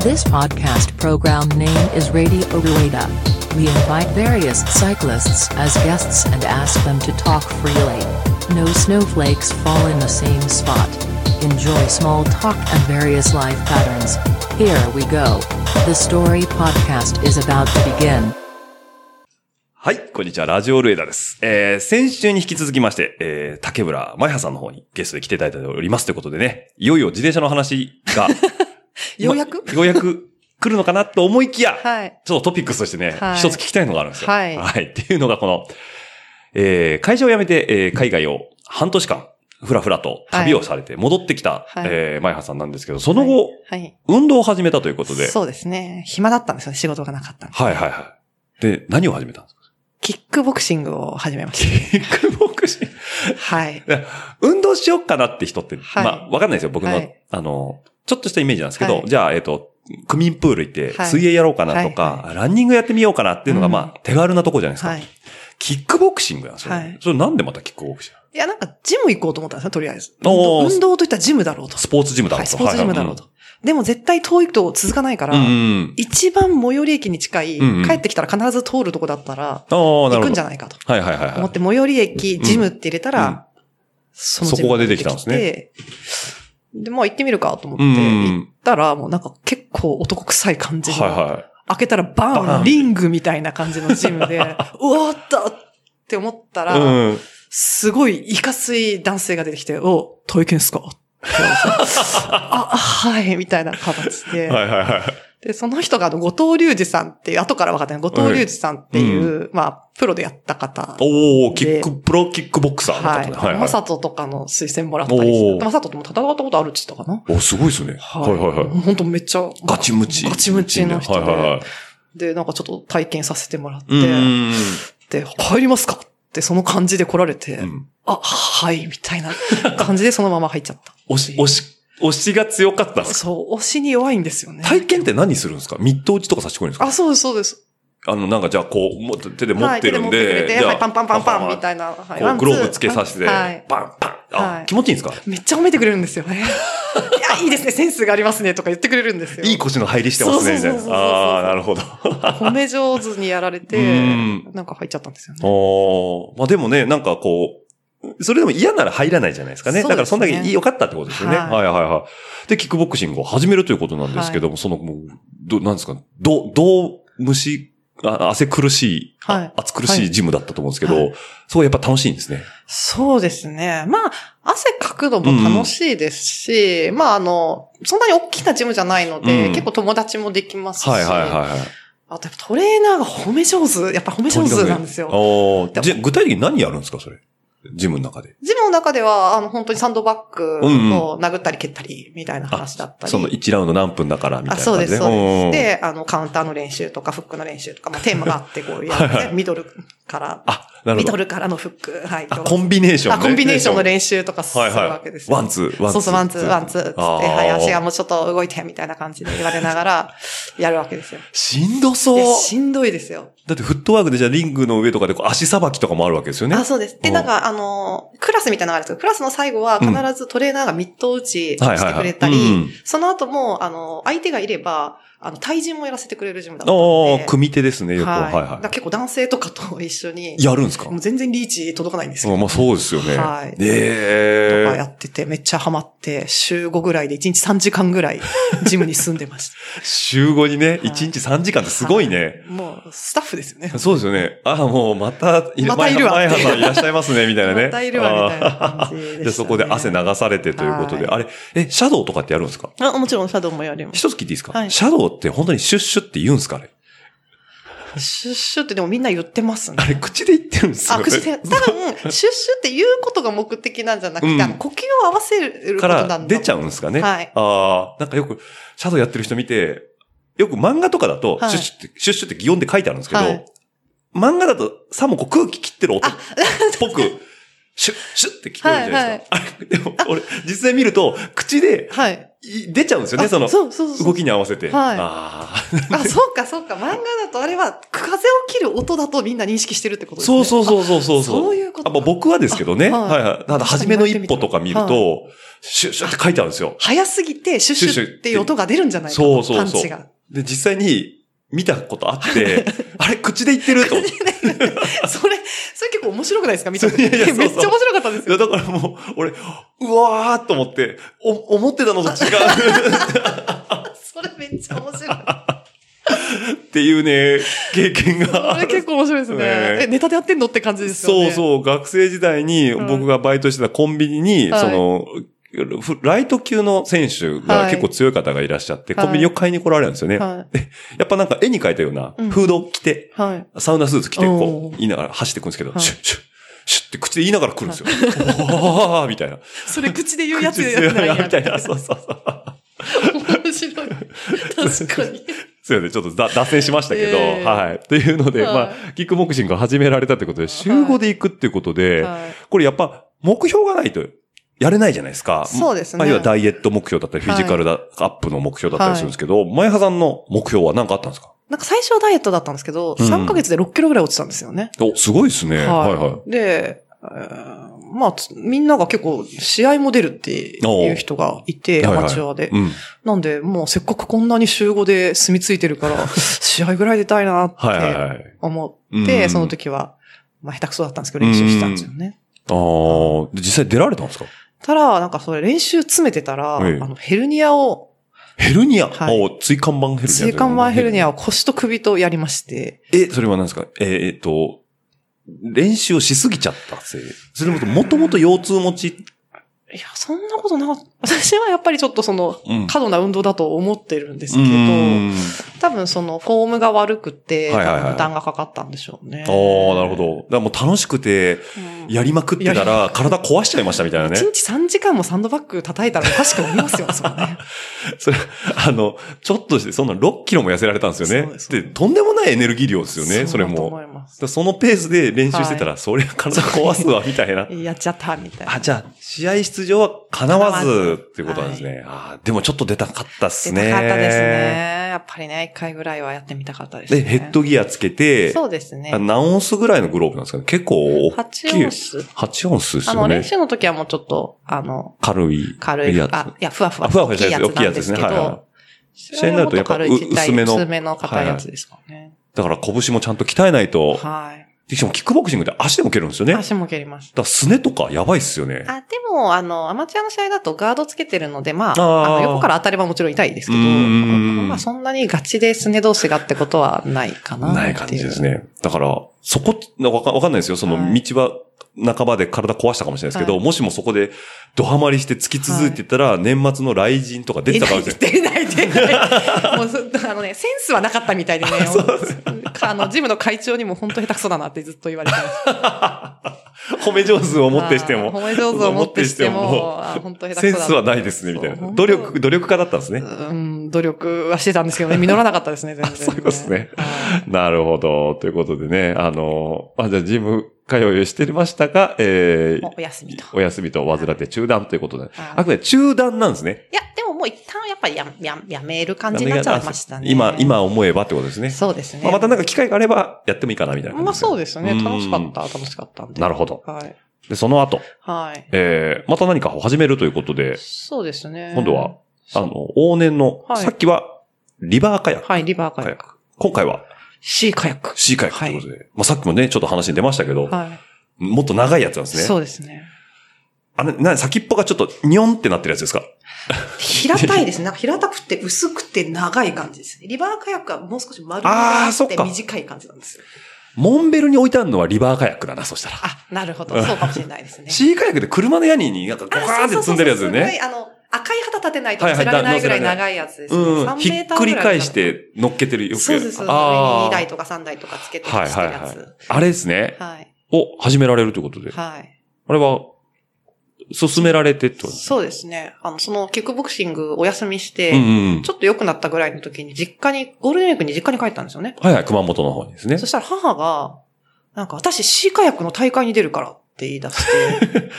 This podcast program name is Radio Rueda. We invite various cyclists as guests and ask them to talk freely. No snowflakes fall in the same spot. Enjoy small talk and various life patterns. Here we go. The story podcast is about to begin. はい、こんにちは、ラジオルエダです。えー、先週に引き続きまして、えー、竹村舞葉さんの方にゲストで来ていただいておりますということでね、いよいよ自転車の話 が、ようやくまようやく来るのかなと思いきや、はい。ちょっとトピックスとしてね、はい一つ聞きたいのがあるんですよ。はいっていうのがこの、えー、会社を辞めて、えー、海外を半年間、ふらふらと旅をされて戻ってきた、はいえー、舞葉さんなんですけど、その後、はい。運動を始めたということで、そうですね。暇だったんですよね。仕事がなかったんで。はいはいはい。で、何を始めたんですかキックボクシングを始めましキックボクシング た。はい。運動しよっかなって人って、はいまあ、わかんないですよ。僕の、はいあの、ちょっとしたイメージなんですけど、はいじゃあ、えっ、と、区民プール行って、はい水泳やろうかなとか、はランニングやってみようかなっていうのが、うんまあ、手軽なとこじゃないですか。はい。キックボクシングなんですよ、ねはいそれなんでまたキックボクシングいや、なんか、ジム行こうと思ったんですよ、とりあえず。運おー動運動といったらジムだろうと。スポーツジムだろはうい、と。スポーツジムだろうと。でも絶対遠いと続かないかはい。らはい、うんうん。一番最寄り駅に近いうんうん、帰ってきたら必ず通るとこだったら、ああ、な行るくほんじど。ゃないかとはいはいはいはい。思って、最寄り駅、ジムって入れたうんら、そそこが出てきたんですねね。で、まあ行ってみるかと思って、うん行ったら、もうなんか結構男臭い感じのはいはい。開けたらバーンバーンリングみたいな感じのジ ムで、うわーったって思ったら、うん。すごいいかすい男性が出てきて、お、体験っ すかって言われてあ、あはい、みたいな形で。はいはいはい。で、その人があの、後藤隆二さんっていう、後から分かったね、後藤隆二さんっていう、まあ、プロでやった方。おー、キック、プロキックボクサーのはい。方ね。はいはマい。サトとかの推薦もらったりおしーて、マサトとも戦ったことあるって言ってたかなお、すごいですね。はいはいはい。本当めっちゃ、ガチムチ。ガチムチの人で、はいはいはい。で、なんかちょっと体験させてもらって、うんうんで、入りますかってその感じで来られて、うん。うんあ、はい、みたいな 感じでそのまま入っちゃった。押し、押し、押しが強かったんですかそう、推しに弱いんですよね。体験って何するんですかミット打ちとかさせてくれるんですかあ、そうです、そうです。あの、なんかじゃあこう、も手で持はっいて手でる持んってくれで、じて、ゃあはい、パンパンパンパンみいたいな。はいこワうングローブつけさせて、ツーパはいンパン。あ、はい気持ちいいんですかめっちゃ褒めてくれるんで すよね。いや、いいですね、センスがありますね、とか言ってくれるんですよ。いい腰の入りしてますね、みたいそうそうそうそうそうな。ああ、なるほど。褒め上手にやられうてん、なんか入っちゃったんですよね。おーまあでもね、なんかこう、それでも嫌なら入らないじゃないですかね。そうだですねからそんだけ良かったってことですよね。ははいいはいはい。で、キックボクシングを始めるということなんですけども、その、もう、ど、なんですか、ど、どう、虫、あ汗苦しい、あはい暑苦しいジムだったと思うんですけど、はいそこやっぱ楽しいんですね。そうですね。まあ、汗かくのも楽しいですし、まあ、あの、そんなに大きなジムじゃないので、うん結構友達もできますし、はいはいはいはい。あとやっぱトレーナーが褒め上手、やっぱ褒め上手なんですよ。おでもじゃあ具体的に何やるんですか、それ。ジムの中で。ジムの中では、あの、本当にサンドバッグうんうんを殴ったり蹴ったり、みたいな話だったり。その1ラウンド何分だから、みたいあ、なそ感うじでで。す、そううんです。で、あの、カウンターの練習とか、フックの練習とか、まあ、テーマがあって、こういうやつで、はいはいミドルから、あ、なるミほドど。ルからのフック、はい。あ、コンビネーションね、あコンビネーションの練習とかするはいはいわけですよワンツー、ワンツー。そうそう、ワンツー、ワンツーっつって、はい、あー足がもうちょっと動いて、みたいな感じで言われながら、やるわけですよ。しんどそういや、。しんどいですよ。だってフットワークでじゃあリングの上とかでこう足さばきとかもあるわけですよね。あ、そうです。で、うんなんか、あのー、クラスみたいなのがあるんですけど、クラスの最後は必ずトレーナーがミット打ちはいしてくれたり、はいはいうんその後も、あの、相手がいれば、あの、対人もやらせてくれるジムだったんで。おー、組手ですね、よく。ははいい。だはから結構男性とかと一緒に、い。やるんですかもう全然リーチ届かないんですよ。まあまあそうですよね。はいとかやえってて、めっちゃハマって、週5ぐらいで1日3時間 ぐらい、ジムに住んでましえ週5にね、1い日3時間ってすごいね。た。もう、スタッフですよね。そうですよね。ああ、もうまた、またいるわ前原さんいらっしゃいますね、みたいなね。 またいるわ、みたいな感じでした、あーね。じゃあそこで汗流されてということで。はあれ、え、シャドウとかってやるんですかあ、もちろんシャドウもやります。一つ聞いていいですか、はいシャドウって本当にシュッシュッって言うんですかあれ。シュッシュってでもみんな言ってますねあ。れ、口で言ってるんですよあ、ね。口で、多分、シュッシュって言うことが目的なんじゃなくて、うんあの呼吸を合わせることかなんだら出ちゃうんですかね。はいああ、なんかよく、シャドウやってる人見て、よく漫画とかだと、はいシュッシュって、シュッシュって擬音で書いてあるんですけど、はい 漫画だとさもこう空気切ってる音っぽくシュッ、シュッって聞こえるじゃないですか。あれでも、俺、実際見ると、口で、はい。い出ちゃうんですよね、あその、そうそうそう。動きに合わせて。はいああ、そうか、そうか。漫画だとあれは、風を切る音だとみんな認識してるってこーとですね。そうそうそうそうそう。あそういうことあまあ僕はですけどね。あはいはいはい。ただ、初めの一歩とか見るはと、シュッシュッって書いてあるんですよ。早すぎて、シュッシュッっていう音が出るんじゃないかそうとそうそうパンチが。で、実際に、見たことあ って、あれ、口で言ってると思って。それ、それ結構面白くないですか見た時いやいやそうそうめっちゃ面白かったですいや、よ。だからもう、俺、うわーっと思って、お、思ってたの と違うそれめっちゃ 面白い。っていうね、経験そがれ。結構面白いですね。ねええ、ネタでやってんのって感じですよそうね。う。そう、学生時代にうん僕がバイトしてたコンビニに、はいその、ふライト級の選手が結構強い方がいらっしゃって、はいコンビニを買いに来られるんですよね。はい。やっぱなんか絵に描いたようなうんフード着て、はい。サウナスーツ着て、おこーう、言いながら走ってくんですけど、はいシュッシュッ、シュッって口で言いながら来るんですよ。おーみたいな。それ口で言うやつ口やで言つうなんや。みたいな。そうそうそう。面白い。確かに。そうですね、ちょっとだ脱線しましたけど、ええはい。というので、はいまあ、キックボクシングを始められたってことで、週5で行くっていうことで、はいこれやっぱ目標がないとやれないじゃないですか。そうですねまあ、要はダイエット目標だったり、フィジカルだ、アップの目標だったりするんですけど、前葉さんの目標は何かあったんですかなんか最初はダイエットだったんですけど、うん3ヶ月で6キロぐらい落ちたんですよね。お、すごいですね。はいはで、えーまあ、つみんなが結構試合も出るっていう人がいて、おアうマチュアい。で。うん。なんで、もうせっかくこんなに週5で住み着いてる から、試合ぐらい出たいなっはいはいてはい。思っうんうて、んその時は、まあ下手くそだったんですけど練習したんですよね。ああ、で実際出られたんですかただ、なんかそれ練習詰めてたら、あええのヘルニアを、ヘルニア。はいお、椎間板ヘルニア。椎間板ヘルニアを腰と首とやりまして、え、それは何ですかえーえっと、練習をしすぎちゃったせい。それもともともと腰痛持ち。いや、そんなことなかった。私はやっぱりちょっとその、うん。過度な運動だと思ってるんですうけど、ん多分そのフォームが悪くて、はいはいはい多分負担がかかったんでしょうね。ああ、なるほど。だからもう楽しくて、うん。やりまくってたやりら、体壊しちゃいましたみたいなね1。日3時間もサンドバッグ叩いたらおかしくなりますよ、それね。それ、あの、ちょっとして、そんな6キロも痩せられたんですよそうねで。すで、とんでもないエネルギー量 ですよね、それうだとも。思います。そのペースで練習してたら、そりゃ体壊すわ、みたいな。やっちゃった、みたいな。あ、じゃあ、試合出場は叶わ叶わずっていうことなんですね。あーでもちょっと出たかったっすね。出たかったですね。。やっぱりね、一回ぐらいはやってみたかったですで、ね。ヘッドギアつけて、そうですねあ。何オンスぐらいのグローブなんですかね結構大きい。 8オンス。 8オンスですあよの、練ね。習の時はもうちょっと、あの、軽い。軽い、やつあ、いや、ふわふあわふわふわした大きいやつ大きいややつなんですけつですねはいはいはいど、試合になるとやっぱそれはもと軽いちっちゃい薄めの薄めの硬いやつですかね。だから拳もちゃんと鍛えないと。はい。しかもキックボクシングって足でも蹴るんですよね。だか足も蹴りました。らすねとかやばいっすよね。あ、でも、あの、アマチュアの試合だとガードつけてるので、まあ、あーあの横から当たればもちろん痛いですけど、うーんまあ、そんなにガチですね同士がってことはないかなっていう。ない感じです。ね。だから、そこ、わかわかんないですよ。そのはい道は、半ばで体壊したかもしれないですけど、はもしもそこでドハマりして突き続いてたら、年末の雷神とか出てた出かなもい、しれない。出ない、出ない。もうそ、あのね、センスはなかったみたいでね、あの、ジムの会長にも本当下手くそだなってずっと言われてました。褒め上手を持ってしても。はい褒め上手を持ってしても、あ本当下セン手くそだなスはないですね、みたいそうな。本努当力、努力家だったんですね。うん、努力はしてたんですけどね、実らなかったですね、全然、ね。そういうことですねはいなるほど。ということでね、あの、あじゃあジム通いをしてましたが、えーもうお休みと。お休みと患って中断ということで。ああくまで中断なんですね。いや、でももう一旦やっぱりやややめる感じになっちゃいましたね。今、。今思えばってことですね。そうですね。まあ、またなんか機会があればやってもいいかなみたいなま感あじね、そうですね。楽しかった、うん楽しかったんで。なるほど。はい。で、その後、はい。えー、また何かを始めるということで、そうですね。今度は、あそうの、往年の、はいさっきは、リバーカヤック。はい、リバーカヤッカク。今回は、シーカヤック。シーカヤックということで。まあ、さっきもね、ちょっと話に出ましたけど、はもっと長いやつなんでい。すね。そうですね。あれ、な、先っぽがちょっと、にょんってなってるやつですか平たいです ね。なんか平たくて薄くて長い感じですね。リバーカヤックはもう少し丸みがああーそっってか短い感じなんですよ。モンベルに置いてあるのはリバーカヤックだな、そしたら。あ、なるほど。そうかもしれないですね。 シーカヤックで車の屋根になんかゴカーンって積んでるやつよね。。あの、赤い旗立てないとはい乗はせいられないぐらい長いやつですね。うん。 3ひメっーターくぐらいりある返して乗っけてるよくそうです。上にあ2台ーとか3台とかつけてはいしてはいるやはいつ。。あれですね。はい。を始められるということで。はい。あれは、進められてってことそうですね。あの、そのキックボクシングお休みして、うんうん。ちょっと良くなったぐらいの時に実家に、ゴールデンウィークに実家に帰ったんですよね。はいはい、熊本の方にですねそ。したら母が、なんか私シーカヤックの大会に出るからっって言い出 して、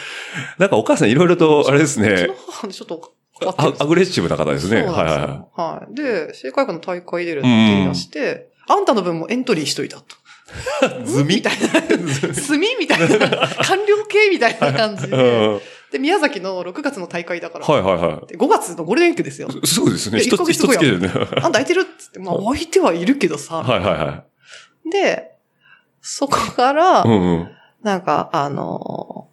なんかお母さんいろいろと、あれですうちねの。母にちょっと分かってるんあですアグレッシブな方ですね。そうはいはいなはんい。ですよ。はい。で、正解学の大会出るって言い出して、あんたの分もエントリーしといたと。図みみたいな。 炭みたいな。官僚系みたいな感じうんで。で、宮崎の6月の大会だから。はいはいはで5月のゴールデンウィークで すよ。い。そうですね。え一一ヶつ、月一後つつやけてるね。はあんた空いてるっつって、まあ、空いてはいるけどさ。いはいはで、そこからい。う、んうん。なんか、あの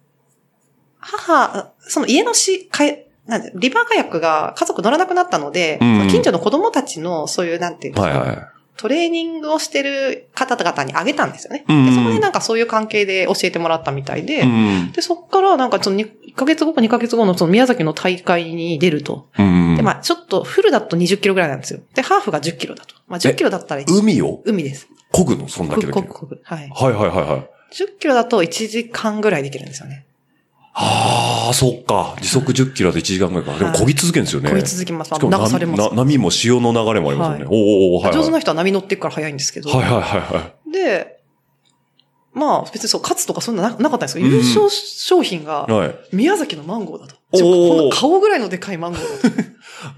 ー母、その家のし、かえ、なんてリバーカヤックが家族乗らなくなったので、うんその近所の子供たちの、そういう、なんていうんですはか、いはい。トレーニングをしてる方々にあげたんですよね。うんうんでそこでなんかそういう関係で教えてもらったみたいで、うんで、そこからなんかその1ヶ月後か2ヶ月後のその宮崎の大会に出ると。うん。で、まあちょっとフルだと20キロぐらいなんですよ。で、ハーフが10キロだと。まあ10キロだったらいい海を海です。漕ぐのそんだこけぐだこけ。ぐこぐ。はい。はいはいはいはい。 10キロだと1時間ぐらいできるんですよね。ああ、そっか。時速10キロで1時間ぐらいか。でも漕ぎ続けるんですよね。こい続きます。あしかのも流されますな。波も潮の流れもありますよね。はおーおーおーはい上手はな人は波乗っていくから早いんですけど。い。はいはいはいはい。で、まあ別にそう、勝つとかそんなななかったんですよ。うん優勝商品が、はい。宮崎のマンゴーだと。おーこんな顔ぐらいのでかいマンゴーだと。だ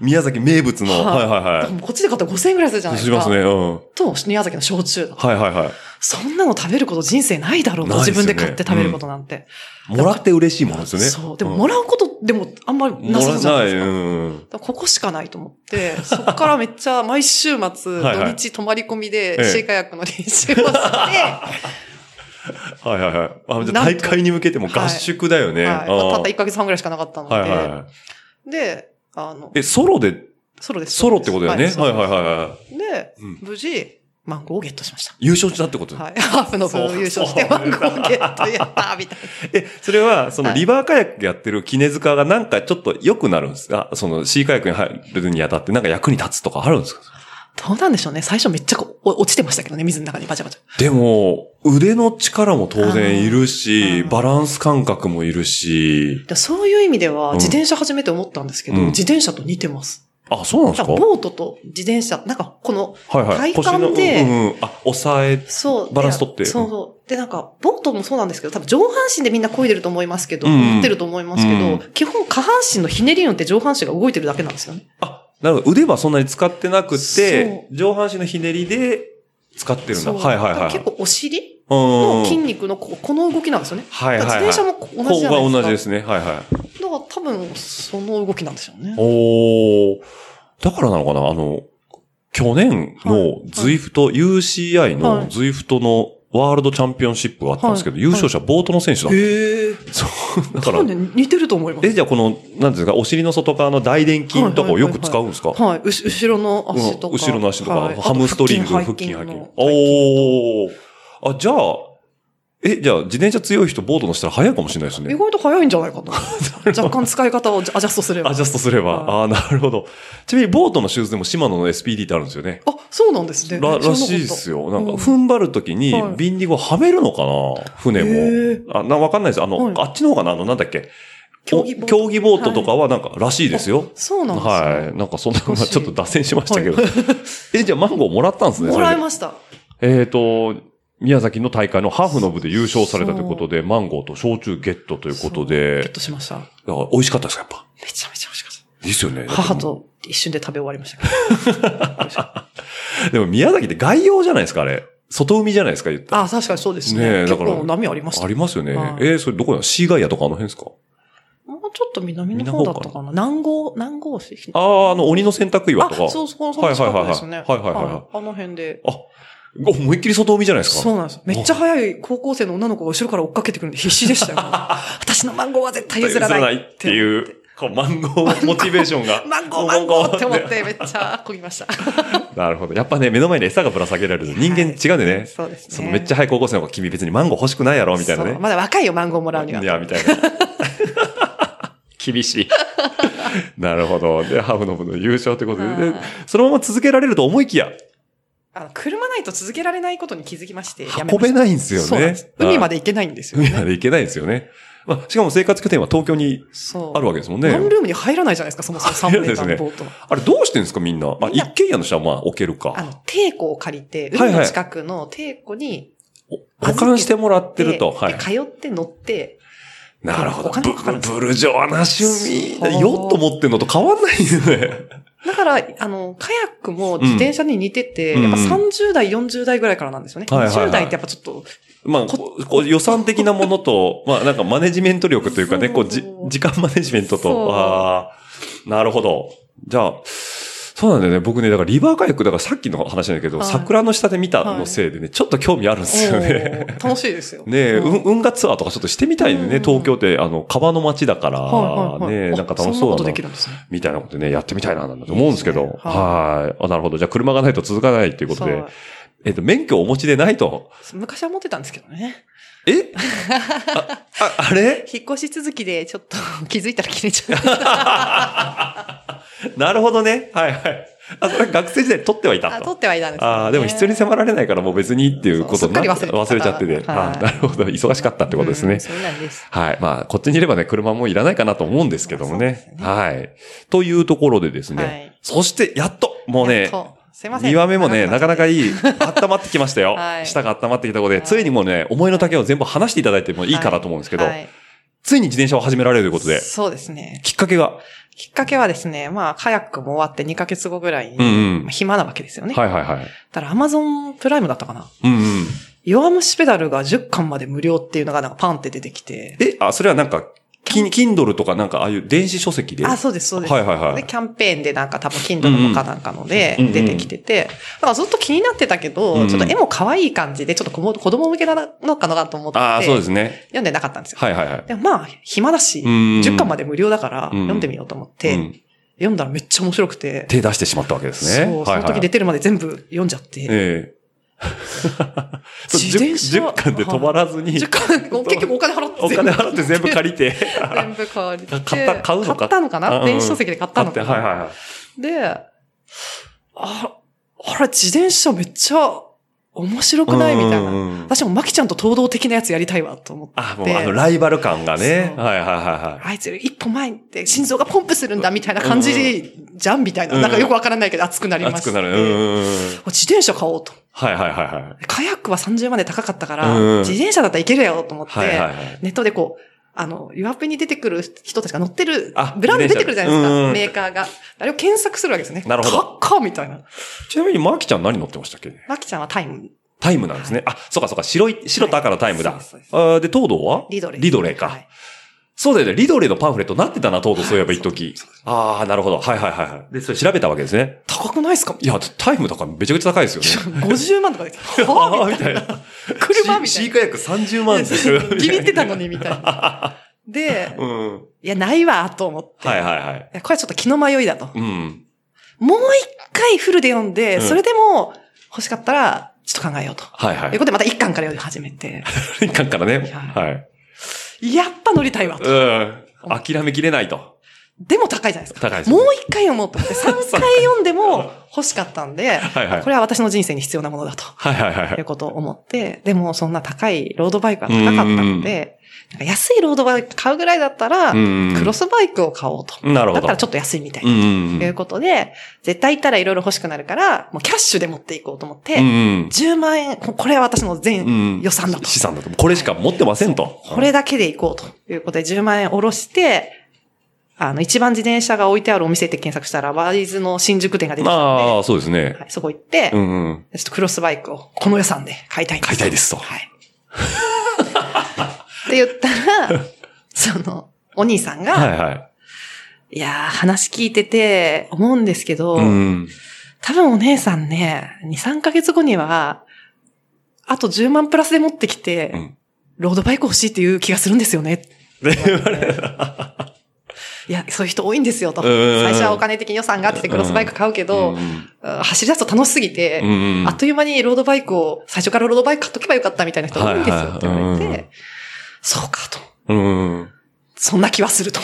宮崎名物の。ははいいはからもうこっちで買ったら5000円ぐらいするじゃいは。ないいでしすか。ますね。うん。と、宮崎の焼酎だと。はいはいはい。そんなの食べること人生ないだろうと、ないです自よね分で買って食べることなんて。もらって嬉しいものですよね。そう。でも、んもらうことでもあんまりなもさそらうじゃないですうか。ん。だからここしかないと思って、そこからめっちゃ毎週末、はいはい土日泊まり込みええで、シェイカヤックの練習をして、はいはいはい。あ、じゃあなん大と会に向けても合宿だよ ね。はいあーたった1ヶ月半ぐらいしかなかったのはいはいで、はい。で、あの、え、ソロで、ソロです。ソロってことだよね。そうはいですはいはいはい。で、うん無事、マンゴーをゲットしました。優勝したってことはい。ハーフの部を優勝して、マンゴーをゲットやったーみたいえ、それは、そのはいリバーカヤックやってるキネズカがなんかちょっと良くなるんですかそのシーカヤックに入るにあたってなんか役に立つとかあるんですかな。どうなんでしょうね。最初めっちゃこうお落ちてましたけどね、水の中にバチャバチャ。でも、腕の力も当然いるし、あーバランス感覚もいるし、でそういう意味では、うん自転車初めて思ったんですけど、うん自転車と似てます。あ、そうなんですだかからはボートと自転車、なんかこの、いはい。体幹で腰のうんうん、あ、抑え、そう。バランス取ってでそうそう。で、なんか、ボートもそうなんですけど、多分上半身でみんな漕いでると思いますけど、うんうん持ってると思いますけど、うん基本下半身のひねりによって上半身が動いてるだけなんですよね。あ、なるほど。腕はそんなに使ってなくてそ、上半身のひねりで使ってるんだ。そうはいはいはい。結構お尻構の筋肉のここの動きなんですよね。はいはいはい。だから自転車も同じじゃないですここか。が同じですね。はいはい。だから多分、その動きなんでしょうね。おーだからなのかなあの、去年の ZWIFT、UCI はのい ZWIFT のワールドチャンピオンシップがあったんですけど、優勝者ボートの選手だった。へえ。そう。だか多ら分、ね、似てると思いますえ、。じゃあこの、なんていうんですか、お尻の外側の大臀筋とかをよく使うんですかはい。うし後ろの足とうんか。後ろの足とか、はいハムストリング、腹筋、あ背と筋の。おーあ、じゃあ、え、じゃあ、自転車強い人、ボートのしたら早いかもしれないです意ね。外と早いんじゃない かな。若干使い方をアジャストすれば。アジャストすれば。ああー、なるほど。ちなみに、ボートのシューズでもシマノの SPD ってあるんですよね。あ、そうなんですね。ら、らしいですよ。よ。なんか、うん踏ん張るときには、いビンディゴはめるのかな船へも。あ、な、わかんないです。あの、はいあっちの方かなあの、なんだっけ競技ボートお競技ボートとかは、なんか、らしいですよ。そうなんですよ。はい。なんか、そんな、まあ欲しいちょっと脱線しましたけど。 え、じゃあ、マンゴーもらったんですね。もらいす。ました。えっと、宮崎の大会のハーフの部で優勝されたということで、マンゴーと焼酎ゲットということゲッで、トしました。めいや美味しかったですか、やっぱ。ちゃめちゃ美味しかっいいですよね。た。母と一瞬で食べ終わりましたけど。でも宮崎って外洋じゃないですか、あれ。外海じゃないですか、言ったら。あ、確かにそうですねえね。だか結ら構波ありました。あもりますよね。はいえーそれどこなのシーガイアとかあの辺ですかうちょっと南の方だったかな。南郷、南郷市ああ、あの、鬼の洗濯岩とか。あ、そうそう、そはいうはいはいはいですね。はいはいはいはいあの辺で。あ思いっきり外海じゃないですか。そうなんです。めっちゃ早い高校生の女の子が後ろから追っかけてくるんで必死 でしたよ。私のマンゴーは絶対譲らない。っていう、こう、マンゴーモチベーション が。マンゴー、マンゴーって思ってめっちゃこぎました。なるほど。やっぱね、目の前に餌がぶら下げられると人間違うんでね。そうですね。そのめっちゃ早い高校生の子、君別にマンゴー欲しくないやろ、みたいなそうね。。まだ若いよ、マンゴーもらうにはいや、みたいな。 厳しい。 なるほど。で、ハーフの部の優勝ということでではい、そのまま続けられると思いきや、あの、車ないと続けられないことに気づきまして、やめま運べしたないんですよそうなんねです。海まで行けないんですよ海ね。まで行けないですよね。まあ、しかも生活拠点は東京にそう。あるわけですもんね。ワンルームに入らないじゃないですか、そもそも入らな3いで名す間ねのボートは。あれどうしてんですかみんな。まあ、みんな一軒家の人はまあ置けるあか。の、帝庫を借りて、はいはい海の近くの帝庫にお保管してもらってると。ではいで。通って乗って、なるほど。お金もかかるんですブブルジョワな趣味。そうヨット持ってんのと変わんないですね。だから、あの、カヤックも自転車に似てて、うんやっぱ30代、40代ぐらいからなんですよね。はいはいはい20代ってやっぱちょっと、まあ、ここう予算的なものと、 まあなんかマネジメント力というかね、こうじそう時間マネジメントそと、うああ、なるほど。じゃあ、そうなんだよね。僕ね、だからリバーカヤック、だからさっきの話なんだけど、はい桜の下で見たのせいでね、ちょっと興味あるんですよね。おー楽しいですよ。 ねえ、うん運運河ツアーとかちょっとしてみたいね。うんうん東京って、あの、川の街だから、はいはいはいねえ、あなんか楽しそうそんなことだなでき。るんですね。みたいなことね、やってみたいな、なんて思うんですけど。いいですねはいあ。なるほど。じゃあ、車がないと続かないっていうことでそ。えっと、免許をお持ちでないと。う昔は持ってたんですけどね。えあ、ああれ引っ越し続きで、ちょっと 気づいたら切れち ゃう。なるほどね。はいはい。あ、それは学生時代に取ってはいたあ、と。取ってはいたんですけどねああ、でも必要に迫られないからもう別にっていうことになそうすっかり忘れてたちゃってて。はいあーなるほど。忙しかったってことですうねん。そうなんです。はい。まあ、こっちにいればね、車もいらないかなと思うんですけどもまあね。はい。というところでですね。はいそして、やっと、もうやねっ、とすいません。 2話目もね、なかなかい。いい、温まってきましたよ。 はい下が温まってきたことで、はいついにもうね、思いの丈を全部話していただいてもいいかなと思うんですけど、はいついに自転車を始められるということで、そうですね。きっかけが、きっかけはですね、まあ、カヤックも終わって2ヶ月後ぐらいに、うんうんまあ暇なわけですよね。はいはいはい。だから、アマゾンプライムだったかな。うんうん。弱虫ペダルが10巻まで無料っていうのがなんかパンって出てきて。え、あ、それはなんか、キン、キンドルとかなんか、ああいう電子書籍で。あ、そうです、そうです。はいはいはいで、キャンペーンでなんか多分 Kindle のかなんかのでうんうん出てきてて、だからずっと気になってたけど、うんうんちょっと絵も可愛い感じで、ちょっと子も子供向けなのかなと思って、ああ、そうですね。読んでなかったんですよ。はいはいはい。でもまあ、暇だし、うんうん10巻まで無料だからうん読んでみようと思って、うん読んだらめっちゃ面白くて、手出してしまったわけですね。そう、その時出てるまで全部読んじゃって、ええ。そう自転車10 10巻で止まらずに、 10巻、 結局お金払ってお金払って全部借りて。 全部借りて。買った買うのか買ったのかあうんうなん電子書籍で買っ買たっのて、かはいなはいはい。で、あ、あれ、自転車めっちゃ面白くないみたいうんうな。んうん私もマキちゃんと東道的なやつやりたいわと思って。あ、もうあのライバル感がね。そうはいはいはいはい。あいつより一歩前に行って心臓がポンプするんだみたいな感じで、じゃんみたいな。なんかよくわからないけど熱くなりました。熱くなる。うんうんうん。自転車買おうと。はいはいはいはい。カヤックは30万で高かったかうんうんら、自転車だったらいけるよと思って、はいはいはい。ネットでこう、あの、ユアペに出てくる人たちが乗ってるあ、ブランド出てくるじゃないですうんうか、んメーカーが。あれを検索するわけですね。なるほどカッカーみたいな。ちなみに、マーキちゃん何乗ってましたっけマキちゃんはタイム、タイムなんですね。あ、そうかそうか。白い、白と赤のタイムだ。はいそうですあーで、東堂はリドレー。リドレーか。はいそうだよね。リドレーのパンフレットなってたな、東堂、そういえば一時そうああ、なるほど。はいはいはいはい。で、それ調べたわけですね。高くないですかいや、タイムだからめちゃくちゃ高いですよね。 50万とかです。 あはあ、ぁみみたたいいな。な。車みシたーいシーカヤック30万 ですよ。な。気に入ってたのに。にみたいな。 で、うん。いや、ないわ、と思って。はいはいはい。いやこれはちょっと気の迷いだと。うん。もう一回フルで読んで、うんそれでも欲しかったら、ちょっと考えようと。はいとはいうい。ことで、また一巻から読み始め て、一巻からね。ははい。やっぱ乗りたいわと。うん。諦めきれないと。でも高いじゃないですか。高いですねもう一回読もうと思って、3回読んでも欲しかったんで、はいはいこ。れは私の人生に必要なものだと。はいはいはいはいい。うことを思って、でもそんな高いロードバイクは高かったので、なんか安いロードバイク買うぐらいだったら、うんクロスバイクを買おうと。なるだほっど。たらちょっと安いみたいうんな。うんということで、絶対行ったらいろいろ欲しくなるから、もうキャッシュで持っていこうと思って、うん。うん10万円、ここれは私のうん。う全ん予算だと。資産だと。これしか持ってませんと。これだけで行こうということで、10万円下ろして、あの、一番自転車が置いてあるお店って検索したら、ワイズの新宿店が出てきたんで、ああ、そうですね。はい、そこ行って、うんうん。ちょっとクロスバイクをこの予算で買いたいんです買いたいですとはい。って言った ら、その、お兄さんが、はいはい。い、やー話聞いてて思うんですけど、うん。多分お姉さんね、2、3ヶ月後には、あと10万プラスで持ってきて、うんロードバイク欲しいっていう気がするんですよね。で、言われいや、そういう人多いんですよと。うんうんうん最初はお金的に予算があってクロスバイク買うけど、うん走り出すと楽しすぎて、うんうんあっという間にロードバイクを、最初からロードバイク買っとけばよかったみたいな人多いんですよって言われはいはいうんうて、そうかと。うん うん。そんな気はすると。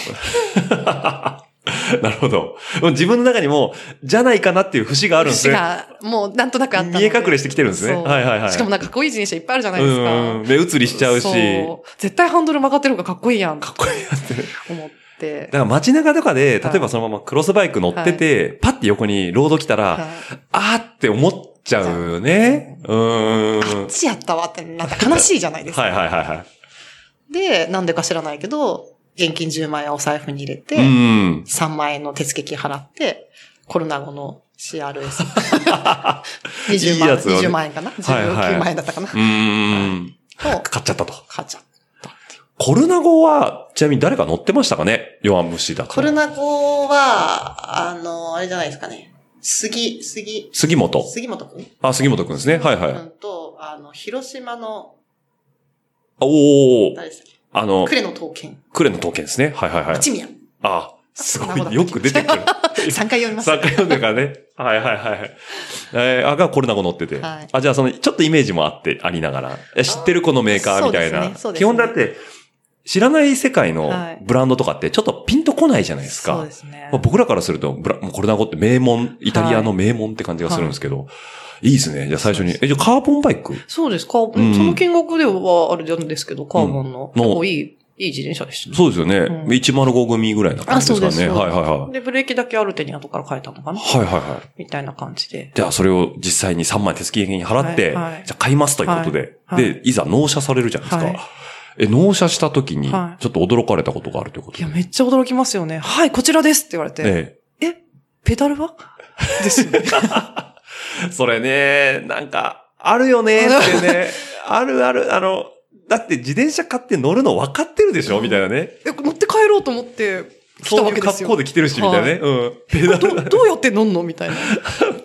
なるほど。自分の中にも、じゃないかなっていう節があるんです節ね。が、もうなんとなくあったの見でえ隠れしてきてるんですね。そうはいはいはい。しかもなんかかっこいい自転車いっぱいあるじゃなういですか。んうん。目移りしちゃうし。そだ絶対ハンドル曲がってる方がかっこいいやん。かっこいいやんって。思って。から街中とかで、はい例えばそのままクロスバイク乗ってて、パッて横にロード来たら、はいあーって思っちゃうよね。うーん。あっちやったわってなったら悲しいじゃないですか。はいはいはいはい。で、なんでか知らないけど、現金10万円をお財布に入れて、うん。 3万円の手付金払って、コロナ後の CRS。20いい万、やつをね20万円かなはいはい ?19 万円だ ったかな、うん。を買っちゃったと。買っちゃう。コルナ号は、ちなみに誰か乗ってましたかね弱虫だと。コロナ後は、あの、あれじゃないですかね。杉、杉、杉本。杉本くんあ、杉本くんですね。はいはい。うんと、あの、広島の、あおお誰でしたっけあの、呉の刀剣。呉の刀剣ですね。はいはいはい。一宮。あ、すごあ名前だっい。けよく出てくる。 3回読みました。作家読んでからね。はいはいはい。えー、あ、がコルナ語乗ってて。はいあ、じゃあその、ちょっとイメージもあって、ありながら。え知ってるこのメーカーみたいな。そうですねそうですね基本だって、知らない世界のはいブランドとかってちょっとピンとこないじゃないですか。そうですねまあ。僕らからすると、ブラ、もうコルナ語って名門、イタリアの名門って感じがするんですけど、い、いですね。じゃあ最初にそうで。え、じゃあカーボンバイクそうですか。そんの金額ではあれなんですけど、カーボンの。うん結構いい、いい自転車でした。そうですよね。うん105組ぐらいな感じですかあそうでね。すはいはいはい。で、ブレーキだけアルテに後から変えたのかなはいはいはい。みたいな感じで。じゃあそれを実際に3万円手付金に払って、はいはいじゃあ買いますということで、はいで、いざ納車されるじゃないですか。はいえ、納車した時に、ちょはっと驚かれたことがあるということいで。や、めっちゃ驚きますよね。はい、こちらですって言われて。ええ、ペダルはですよね。え それね、なんか、あるよねって ね、あるある、あの、だって自転車買って乗るの分かってるでしょみたいなね。え乗って帰ろうと思って来たそうわいうけです格よ。好で来てるし、みたいなね。うん。ペダルど、どうやって乗んのみたいな。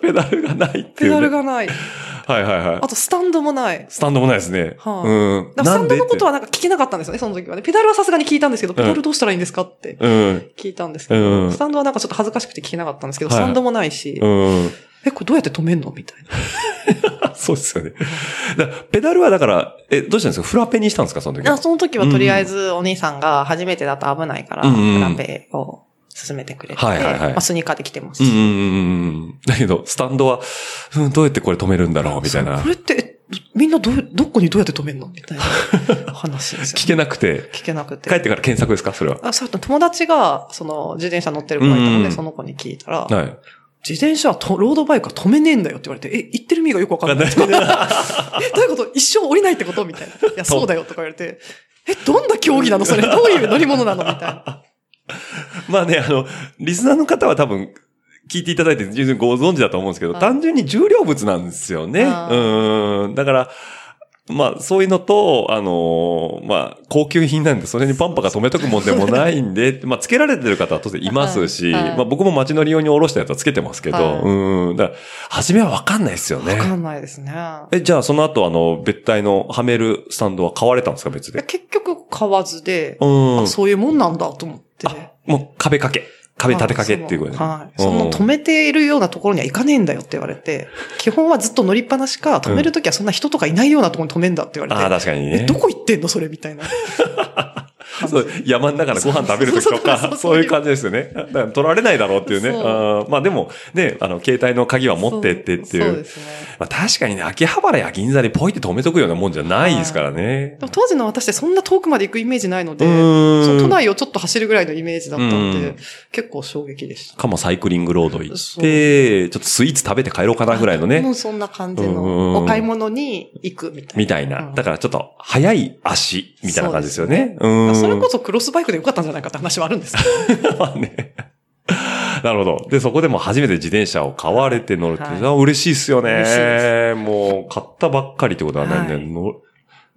ペダルがないってい ペう、ね。ダル。がない。はいはいはいあ。と、スタンドもない。スタンドもないですね。はあうん。だからスタンドのことは。はなんか聞けなかったんですよね、その時はね。ペダルはさすがに聞いたんですけど、ペダルどうしたらいいんですかってうん。聞いたんですけど、うんスタンドはなんかちょっと恥ずかしくて聞けなかったんですけど、はいスタンドもないし、うん。え、これどうやって止めんのみたい な。そうですよね。だからペダルはだから、え、どうしたんですかフラペにしたんですかその時いやは。その時はとりあえずお兄さんが初めてだと危ないから、うんうんフラペを勧めてくれて、はいはいはいまあ、スニーカーで来てまうすんうんうんうん。だけど、スタンドは、うん、どうやってこれ止めるんだろうみたいなこ。れって、えみんなどう、どこにどうやって止めんのみた いな話です聞よ、ね。けなくて、聞けなくて。帰ってから検索ですかそれは。あ、そうやって友達が、その、自転車乗ってる子がいうたのんうで、んその子に聞いたら、はい。自転車はと、ロードバイクは止めねえんだよって言われて、え、言ってる意味がよくわかんない。え、 どういうこと一生降りないってこと みたいな。いや、そうだよとか言われて、え、どんな競技なのそれどういう乗り物なのみたいな。 まあね、あの、リスナーの方は多分、聞いていただいて十分ご存知だと思うんですけど、はい単純に重量物なんですよね。うあーーん。だから、まあ、そういうのと、あのーまあ、高級品なんで、それにパンパが止めとくもんでもないん で、まあ、つけられてる方は当然いますし、はいはいまあ、僕も街乗り用におろしたやつはつけてますけど、はいうん。だから、初めはわかんないですよわかね。んないですね。え、じゃあ、その後、あの、別体のはめるスタンドは買われたんですか、別いやで。結局買わずでう、んあ、。そういうもんなんだと思って。あ、もう壁掛け。壁立て掛けっていうことね。はい。うんその止めているようなところには行かねえんだよって言われて、基本はずっと乗りっぱなしか、止めるときはそんな人とかいないようなところに止めんだって言われて。ああ、確かにえねど。こ行ってんのそれみたいな。 そう、山の中でご飯食べるときとそうそうそうそか、うそういう感じですよね。だから取られないだろうっていうね。そうあーまあでも、ね、あの、携帯の鍵は持ってってっていそうう。ですね。まあ確かにね、秋葉原や銀座にポイって止めとくようなもんじゃないですからねで。も当時の私ってそんな遠くまで行くイメージないので、ーんその都内をちょっと走るぐらいのイメージだったんうんで、結構衝撃でした。かもサイクリングロード行そって、ちょっとスイーツ食べて帰ろうかなぐらいのもねう。そんな感じうんうんうの、んお買い物に行くみたいな。みたいな。だからちょっと、早い足、みたいな感じですよね。ううんん。それこそクロスバイクでよかったんじゃないかって話はあるんです けど。まあね。 なるほど。で、そこでもう初めて自転車を買われて乗るって、はいそれは嬉しいっすよね。嬉しいでもう、買ったばっかりってことはないんだよ、はい乗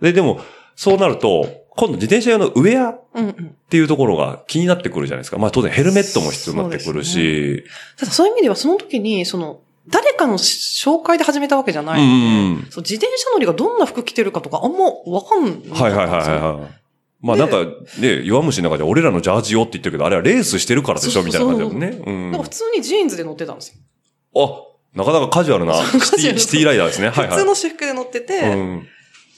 で、でも、そうなると、今度自転車用のウェアっうんうん。ていうところが気になってくるじゃないですか。まあ当然ヘルメットも必要になってくるし。ただそういう意味ではその時に、その、誰かの紹介で始めたわけじゃうなんいので、うん。そう自転車乗りがどんな服着てるかとかあんまわかんないんですよ。はいはいはいはいはい。まあなんか、ね、弱虫の中で俺らのジャージよって言ってるけど、あれはレースしてるからでしょそうそうみたいな感じだもんね。うん。なんか普通にジーンズで乗ってたんですよ。あ、なかなかカジュアルなそうシカテジュアィ、ルシティライダーですね。はいはい。普通の私服で乗ってて、うん。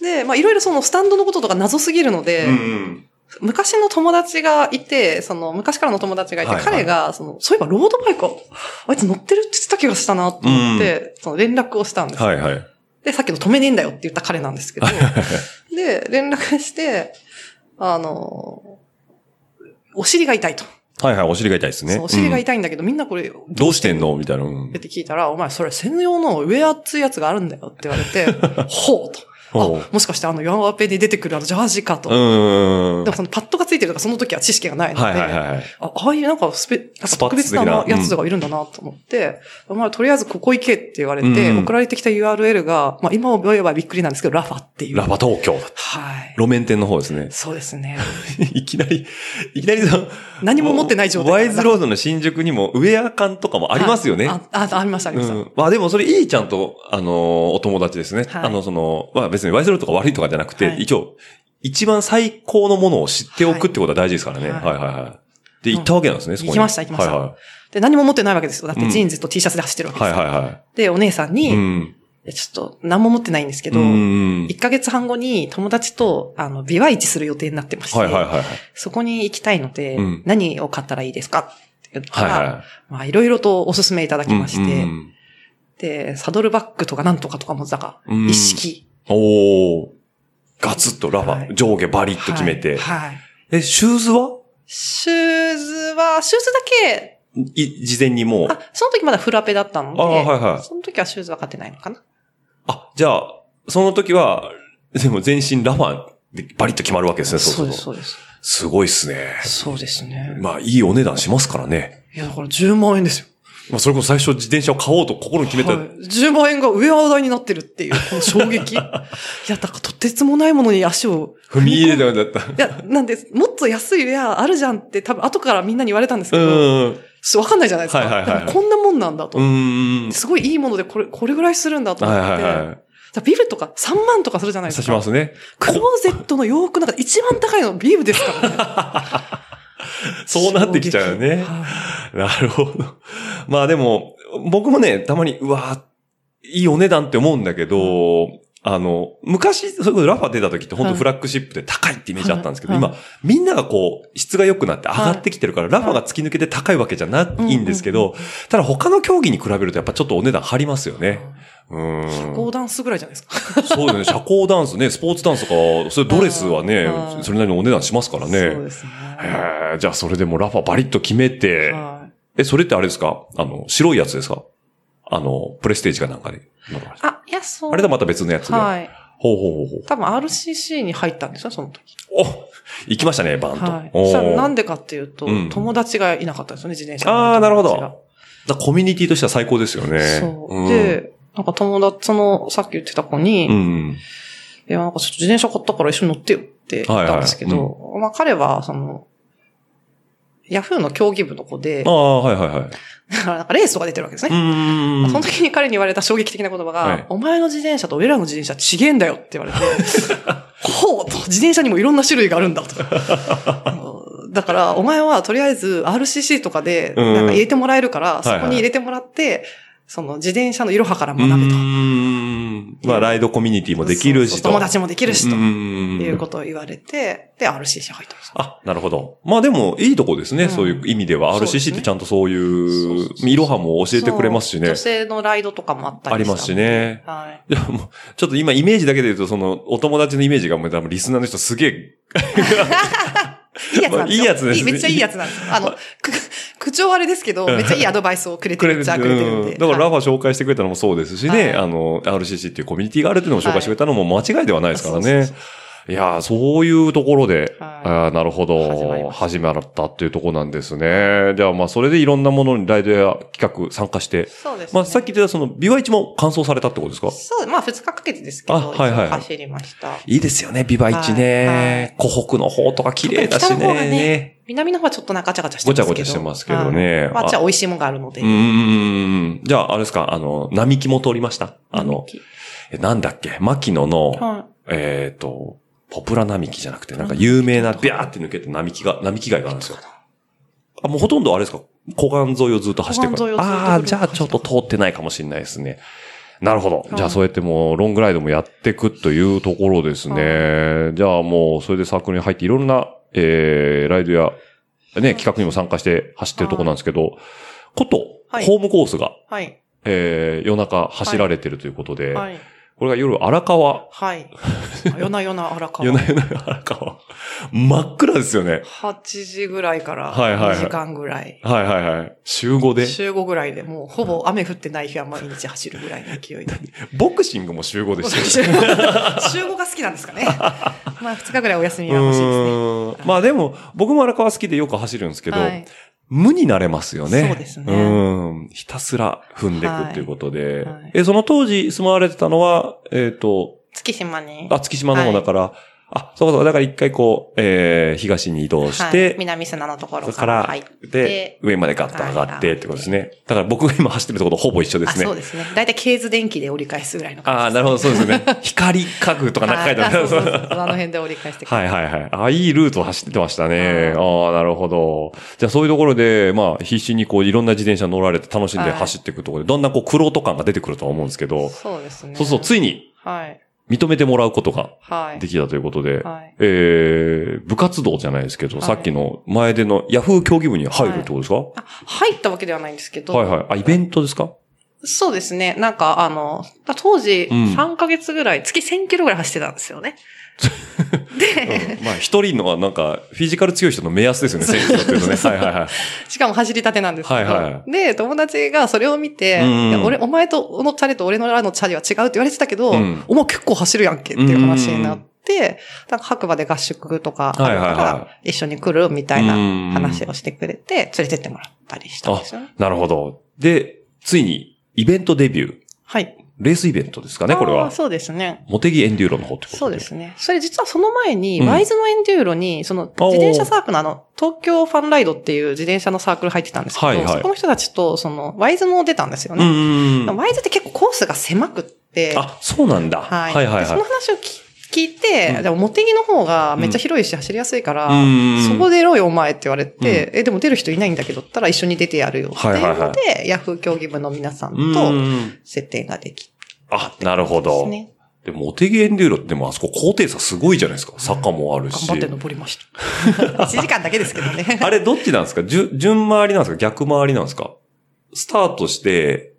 で、まあいろいろそのスタンドのこととか謎すぎるので、うんうん。昔の友達がいて、その昔からの友達がいて、はいはい彼が、その、そういえばロードバイクを、あいつ乗ってるって言ってた気がしたなと思って、その連絡をしたんです、はいはい。で、さっきの止めねえんだよって言った彼なんですけど、で、連絡して、あの、お尻が痛いと。はいはい、お尻が痛いですね。そのお尻がうん痛いんだけど、みんなこれ、どどうしてんのみたいな。うん って聞いたら、お前それ専用のウェアっつうやつがあるんだよって言われて、ほうと。ほあ、もしかしてあの、ヨアンワペに出てくるあのジャージかと。う。うん。でもそのパッドがついてるとか、その時は知識がないので、はいはいはいはい。あああいうなんかスペ、なんかスパッ特ツ別的ななやつがいるんだなと思って、まあとりあえずここ行けって言われて、うんうん送られてきた URL が、まあ今思えばびっくりなんですけど、ラファっていう。ラバ東京だった。はい。。路面店の方ですね そうですね。いきなり、いきなりその、何も持ってない状態。ワイズロードの新宿にもウェア感とかもありますよね。あ、あありました、あうりました。ん。まあでもそれいいちゃんと、あのー、お友達ですね。はいあの、その、まあ別にワイズロードとか悪いとかじゃなくて、はい一応、一番最高のものを知っておくってことは大事ですからね。ははいいはいはい。で、行ったわけなんですね、そこに。行きました行きましたはで、何も持ってないわけですよ。だっうてんジーンズと T シャツで走ってるわけいですはい。よ。はいはいはで、お姉さんい。うに、ん。いやちょっと何も持ってないんですけど、うん1ヶ月半後に友達と、あの、ビワイチする予定になってまして、はいはいはいはい。そこに行きたいので、うん何を買ったらいいですかって言ったはいら、はい。まあ、いろいろとお勧めいただきまして、うんで、サドルバッグとかなんとかとかも、なんか、うん一式。おー。ガツッとラバー、はい上下バリッと決めて。はい。はいえ、シューズはシューズは、シューズだけ、い事前にもう。あ、その時まだフラペだったので、あーはいはいその時はシューズは買ってないのかな。あ、じゃあ、その時は、でも全身ラファンでバリッと決まるわけですね、そうです、すると。そうです。すごいっすね。そうですね。まあ、いいお値段しますからね。いや、だから10万円ですよ。まあ、それこそ最初自転車を買おうと心に決めた。はい、10万円がウェア代になってるっていう、この 衝撃。いや、だからとてつもないものに足を。踏み入れたんだった。いや、なんで、もっと安いウェアあるじゃんって多分後からみんなに言われたんですけうど、ん。うそうわかんないじゃないですか。はいはいはいはいでもこんなもんなんだと。ーん。すごいいいものでこれ、これぐらいするんだと思はっいて。はいはじゃあビブとか3万とかするじゃないい。です刺か。しますね。クローゼットの洋服なんか一番高いのビブですからね。 そうなってきちゃうよね。はなるほど。まあでも、僕もね、たまに、うわーいいお値段って思うんだけど、あの、昔、それこそラファ出た時って本は当いフラッグシップで高いってイメージあったんですけど、はい今、みんながこう、質が良くなって上がってきてるから、ラファが突き抜けて高いわけじゃないんですけど、ただ他の競技に比べるとやっぱちょっとお値段張りますよいね。うん。社交ダンスぐらいじゃないですか。そうだよね。社交ダンスね、スポーツダンスとか、それドレスはねは、いそれなりのお値段しますからそうね。ですね。へーじゃあそれでもラファバリッと決めて、はいえ、それってあれですかあの、白いやつですかあの、プレステージかなんかで。あ、いや、そう。あれとまた別のやつで。はい。ほうほうほう多分 RCC に入ったんですよ、その時。ほう。お行きましたね、バンと。はい。おそしたらーなんでかっていうと、うん友達がいなかったんですよね、自転車あーなるほど友達がだコミュニティとしては最高ですよね。そう、ん、で、なんか友達、その、さっき言ってた子に、うん。いや、なんかちょっと自転車買ったから一緒に乗ってよって言ったんですけはいはど、まあ彼は、その、ヤフーの競技部の子であ、あ、はいはいはい。だからなんかレースとか出てるわけですうね。ーん。その時に彼に言われた衝撃的な言葉が、はいお前の自転車と俺らの自転車ちげえんだよって言わ れて、ほうと、自転車にもいろんな種類があるんだ と。うんだから、お前はとりあえず RCC とかで、うんなんか入れてもらえるから、いはいそこに入れてもらって、その自転車のいろはから学うべと。ーん。まあ、ライドコミュニティもできるしそうと。そう友達もできるしと。うんっていうことを言われて、で、RCC 入ったんですよ。あ、なるほど。まあでも、いいとこですね、うんそういう意味では。そうですね RCC ってちゃんとそうそういそうう、そういろはも教えてくれますしそうね女。性のライドとかもあったりありますしね。したので。はいい。や、もう、ちょっと今イメージだけで言うと、その、お友達のイメージがもう多分リスナーの人すげえ、いいやつなんですよ。いいやつですねめっちゃいいやつなんですよ。あの、く口調あれですけど、めっちゃいいアドバイスをくれてくれるるっんちゃくれてるんでで。だからラはいファ紹介してくれたのもそうですしはね、いあの、RCC っていうコミュニティがあるっていうのも紹介してくれたのも間違いではないですからそうねそう。いやー、そういうところで、はいあーなるほ始まりど、ま始まったっていうところなんですね。じゃあまあ、それでいろんなものにライドや企画参加して、そうですね。まあ、さっき言ってたその、ビワイチも完走されたってことですかそう、まあ2日かけてですけあど、はいはい一応走りました。いいですよね、ビワイチね。湖北の方とか綺麗だし北の方がねね。南の方はちょっとなんかガチャガチャしてごちますゃけど。ごちゃしてますけどねは。いまあ、じゃあ美味しいものがあるので。うーん。じゃあ、あれですか、あの、並木も通りましたあの、えなんだっけ、牧野の、はえっ、と、ポプラ並木じゃなくて、なんか有名な、ビャーって抜けて並木が、並木街があるんですよ。あ、もうほとんどあれですか、湖岸沿いをずっと走ってく湖る。岸沿いをずっとぐるっとああー、じゃあちょっと通ってないかもしれないですね。なるほど。いじゃあそうやってもうロングライドもやっていくというところですね。じゃあもうそれでサークルに入っていろんな、えー、ライドや、ね、企画にも参加して走ってるところなんですけど、こと、はいホームコースが、い。はい。えー、夜中走られてるということで、はい。これが夜荒川。 はい。夜な夜な荒川。夜な夜な荒川。真っ暗ですよね。 8時ぐらいからはいはいはい2時間ぐらい。はいはいはい。集合で。週5ぐらいでもうほぼ雨降ってない日は毎日走るぐらいの勢いで。ボクシングも集合でしたよ週5が好きなんです かね。まあ2日ぐらいお休みが欲しいですね。うーんまあでも、僕も荒川好きでよく走るんですけど、はい無になれますよね。そうですねうん。ひたすら踏んでいくっていうことで。はいはいえ、その当時住まわれてたのは、えっ、と、月島に。あ、月島の方だから、あ、そうかそうか、だから一回こう、えー、東に移動して、はい、南砂のとこそろこかからら入っ、でて、、上までガッと上がってってことですね。だから僕が今走ってるところとほぼ一緒であ、すねそう。ですね。だいたい経図電気で折り返すぐらいの感ああ、なるほど、そうです ね。光家具とかじ。なんか書いてああそうる。そうそうあの辺で折り返してくる。 はいはいはい。ああ、いいルートを走ってましたね。うああ、なるほど。じゃあそういうところで、まあ、必死にこう、いろんな自転車乗られて楽しんではい走っていくところで、だんだんこう、苦労と感が出てくるとは思うんですけど、そうですね。そうそう、ついにはい。認めてもらうことがはい。できたということで、はい。えー、部活動じゃないですけど、はいさっきの前でのヤフー競技部に入るってことですか、あ、入ったわけではないんですけど。はい、はいはいあ、イベントです かそうですね。なんか、あの、当時、うん3ヶ月ぐらい、月1000キロぐらい走ってたんですよね。で、まあ、一人の、なんか、フィジカル強い人の目安ですよね、選手だっていうのね。はいはいはい。しかも走りたてなんですけはど。いはで、友達がそれを見て、うんいや俺、お前と、おのチャリと俺のらのチャリは違うって言われてたけど、うんお前結構走るやんけっていう話になって、なんか白馬で合宿とかあるかはいはいはら、一緒に来るみたいなうん話をしてくれて、連れてってもらったりしたんですよね。なるほど。で、ついに、イベントデビュー。はい。レースイベントですかね、これあーは。そうですね。モテギエンデューロの方ってことそうですね。それ実はその前に、うんワイズのエンデューロに、その自転車サークルのあの、東京ファンライドっていう自転車のサークル入ってたんですけど、はいはいそこの人たちと、その、ワイズも出たんですようんね。うんうん。ワイズって結構コースが狭くって、あ、そうなんだ。ははいい。はいはいでその話をき聞いて、うんでも、モテギの方がめっちゃ広いし走りやすいから、うんそこ出ろよ、お前って言われて、え、でも出る人いないんだけど、ったら一緒に出てやるよっていうので、はいはいヤフー競技部の皆さんうんとうん設定ができあ、なるほたんですど。ね。でも、モテギエンデューロってでもあそこ高低差すごいじゃないですか。坂もある頑し。張って登りました。1時 間だけですけどね。あれ、どっちなんですかじゅ順回りなんですか逆回りなんですかスタートして、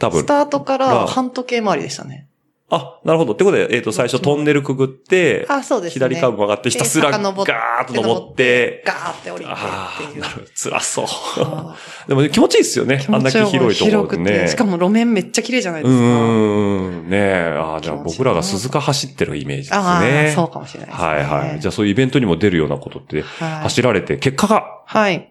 多分ス。タートかがら半時計回りでしたね。あ、なるほど。ってことで、えっ、と、最初トンネルくぐって、あ、そうですね。左カーブ曲がって、ひたすらガで遡ってーッと登って、ガーって降りてあってあ、いうな。るほど。辛そう。あ でも気持ちいいですよね。ーあんだけ広いところで広くね。てしかも路面めっちゃ綺麗じゃないでうすか。ーん。ねえ。ああ、じゃあ気持ちいい僕らが鈴鹿走ってるイメージですね。ああ、そうかもしれないですね。はいはい。じゃゃあそういうイベントにも出るようなことって、はい走られて、結果が、はい。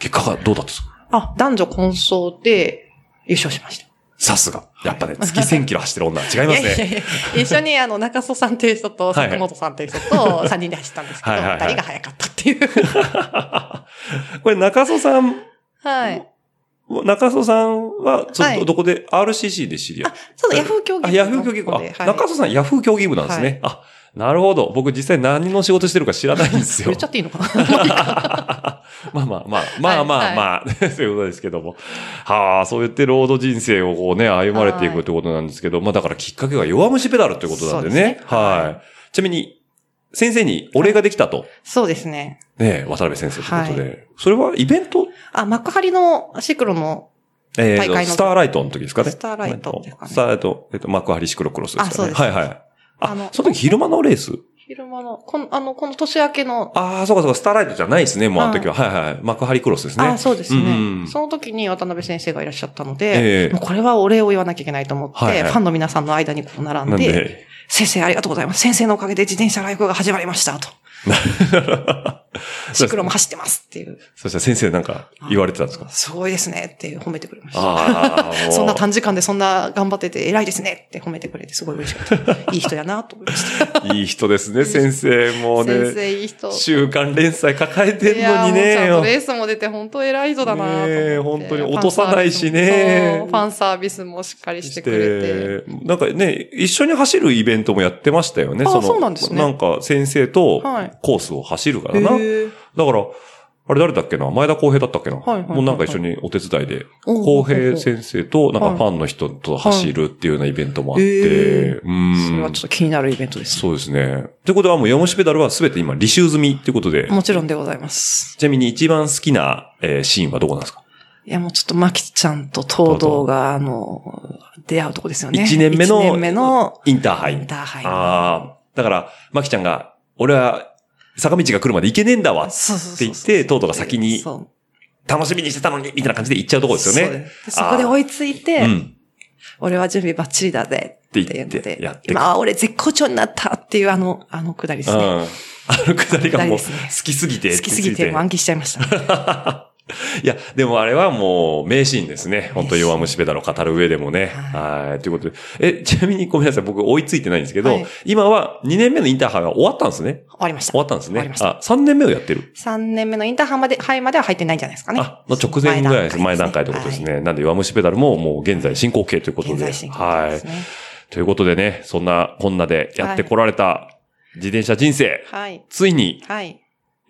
結果がどうだったんですかあ、男女混走で優勝しました。さすが。やっぱね、月1000キロ走ってる女は違いますいね。やいやいや一緒にあの、中曽さんっていう人と、はい佐久本さんっていう 人と、3人で走ったんですけど、はいはいはい2人が速かったっていう。これ中曽さん、はい。中曽さんは、ちょっはといどこで RCC で知り合いそうだ、ヤフー競技あ、部ヤフー競技の部。方あ、で中曽さん、ヤフー競技部なんですね。あ、なるほど。僕実際何の仕事してるか知らないんですよ。 言っちゃっていいのかなまあまあまあ、まあまあまあ、 そういうことですけども。はあ、そう言ってロード人生をこうね、歩まれていくってことなんですけど、まあだからきっかけが弱虫ペダルということなんでね。そうですねはい、はちなみに、先生にお礼ができたと。そうですね。ね、渡辺先生ということで。はそれはイベントあ、幕張のシクロのえ大ー、会のスターライトの時ですかね。スターライトですかねスターライト、えっと、幕張シクロクロスですかね。あそうですはいはい。あ、あのその時昼間のレース昼間の、この、あの、この年明けの、ああ、そうかそうか、スターライトじゃないですね、もうあの時は。はいはい。幕張クロスですね。あそうですね、うんその時に渡辺先生がいらっしゃったので、ええもうこれはお礼を言わなきゃいけないと思って、はいはいファンの皆さんの間にこう並んなんでで、先生ありがとうございます。先生のおかげで自転車外交が始まりました、と。 シクロも走ってますっていう。そしたら先生なんか言われてたんですかすごいですねって褒めてくれました。ああ、もうそんな短時間でそんな頑張ってて偉いですねって褒めてくれてすごい嬉しかった。いい人やなと思いました。いい人ですね、先生。 もう先ね、生いい人。週刊連載抱えてんいやのにね。もうちゃんとレースも出て本当偉い人だなと思って、ねえ本当に落とさないしねファンサービスもそうファンサービスもしっかりしてくれて。してなんかね、一緒に走るイベントもやってましたよね。あのそうなんですねなんか先生とはいコースを走るからな。へえだから、あれ誰だっけな前田浩平だったっけな、はいはいはいもうなんか一緒にお手伝いで、おう浩平先生となんかファンの人と走るっていうようなイベントもあって、へうん。それはちょっと気になるイベントです。そうですね。ってことはもう、ヤモシペダルはすべて今、履修済みってことで、もちろんでございます。ちなみに一番好きな、えーシーンはどこなんですかいや、もうちょっとマキちゃんと東堂が、あの、出会うとこですよね。一年目の一年目の、インターハインイ。ターハああ。だから、まきちゃんが、俺は坂道が来るまで行けねえんだわイ。。そうそうそうって言って東堂が先にそう楽しみにしてたのにみたいな感じで行っちゃうとこですよそうね。すでそこで追いついて、うん。俺は準備バッチリだぜ。ってってい言うっのて、やっで、てく。今は俺絶好調になったっていうあの、あのくだりでうすん。ね。あのくだりがもう好くだりですねきすぎて。好きすぎてもう暗記しちゃいま した。いや、でもあれはもう名シーンですね。本当名シーン弱虫ペダルを語る上でもね。ははい。ということで。え、ちなみにごめんなさい。僕追いついてないんですけど、はい今は2年目のインターハイは終わったんですね。終わりまし終た。わったんです終わりねま。したあ、3年目をやってる。 3年目のインターハイまで、ハイまでは入ってないんじゃないですかね。あ、の直前ぐらいです。前段階ということです。ね。なんで弱虫ペダルももう現在進行形というこはいと現で。在進行形ですね。ということでね、そんなこんなでやってこられた自転車人生、はい。ついにはい。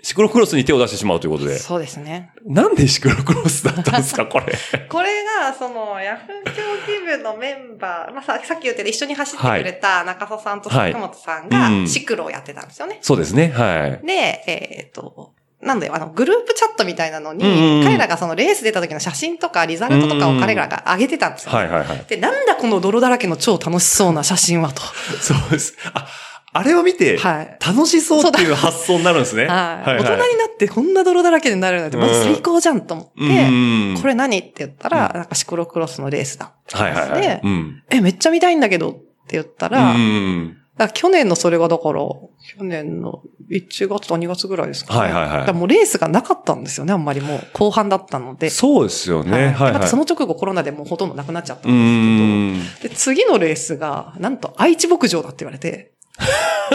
シクロクロスに手を出してしまうということで。そうですね。なんでシクロクロスだったんですか、こ れ。これが、その、ヤフー競技部のメンバー、まあ、ささっき言ってた一緒に走ってくれた中曽さんとはい坂本さんはいうんが、シクロをやってたんですよね。そうですね、はい。で、えっ、と、なんだよ、あの、グループチャットみたいなのに、うんうんうん彼らがそのレース出た時の写真とか、リザルトとかを彼らが上げてたんですよ、ねはいはいはい。で、なんだこの泥だらけの超楽しそうな写真はと。そうです。あ、あれを見て、はい。楽しそうっていう発想になるんですね。はい、はいはい大人になってこんな泥だらけになるなんて、まず最高じゃんと思って、うんこれ何って言ったら、なんかシクロクロスのレースだ。はいはいはいで。うん。え、めっちゃ見たいんだけどって言ったら、うん。だから去年のそれがだから、去年の1月と2月ぐらいですかね。はいはいはいだからもうレースがなかったんですよね、あんまりもう。後半だったので。そうですよね、ではいまはたいそ。の直後コロナでもうほとんどなくなっちゃったう。ん。で、次のレースが、なんと愛知牧場だって言わ れて、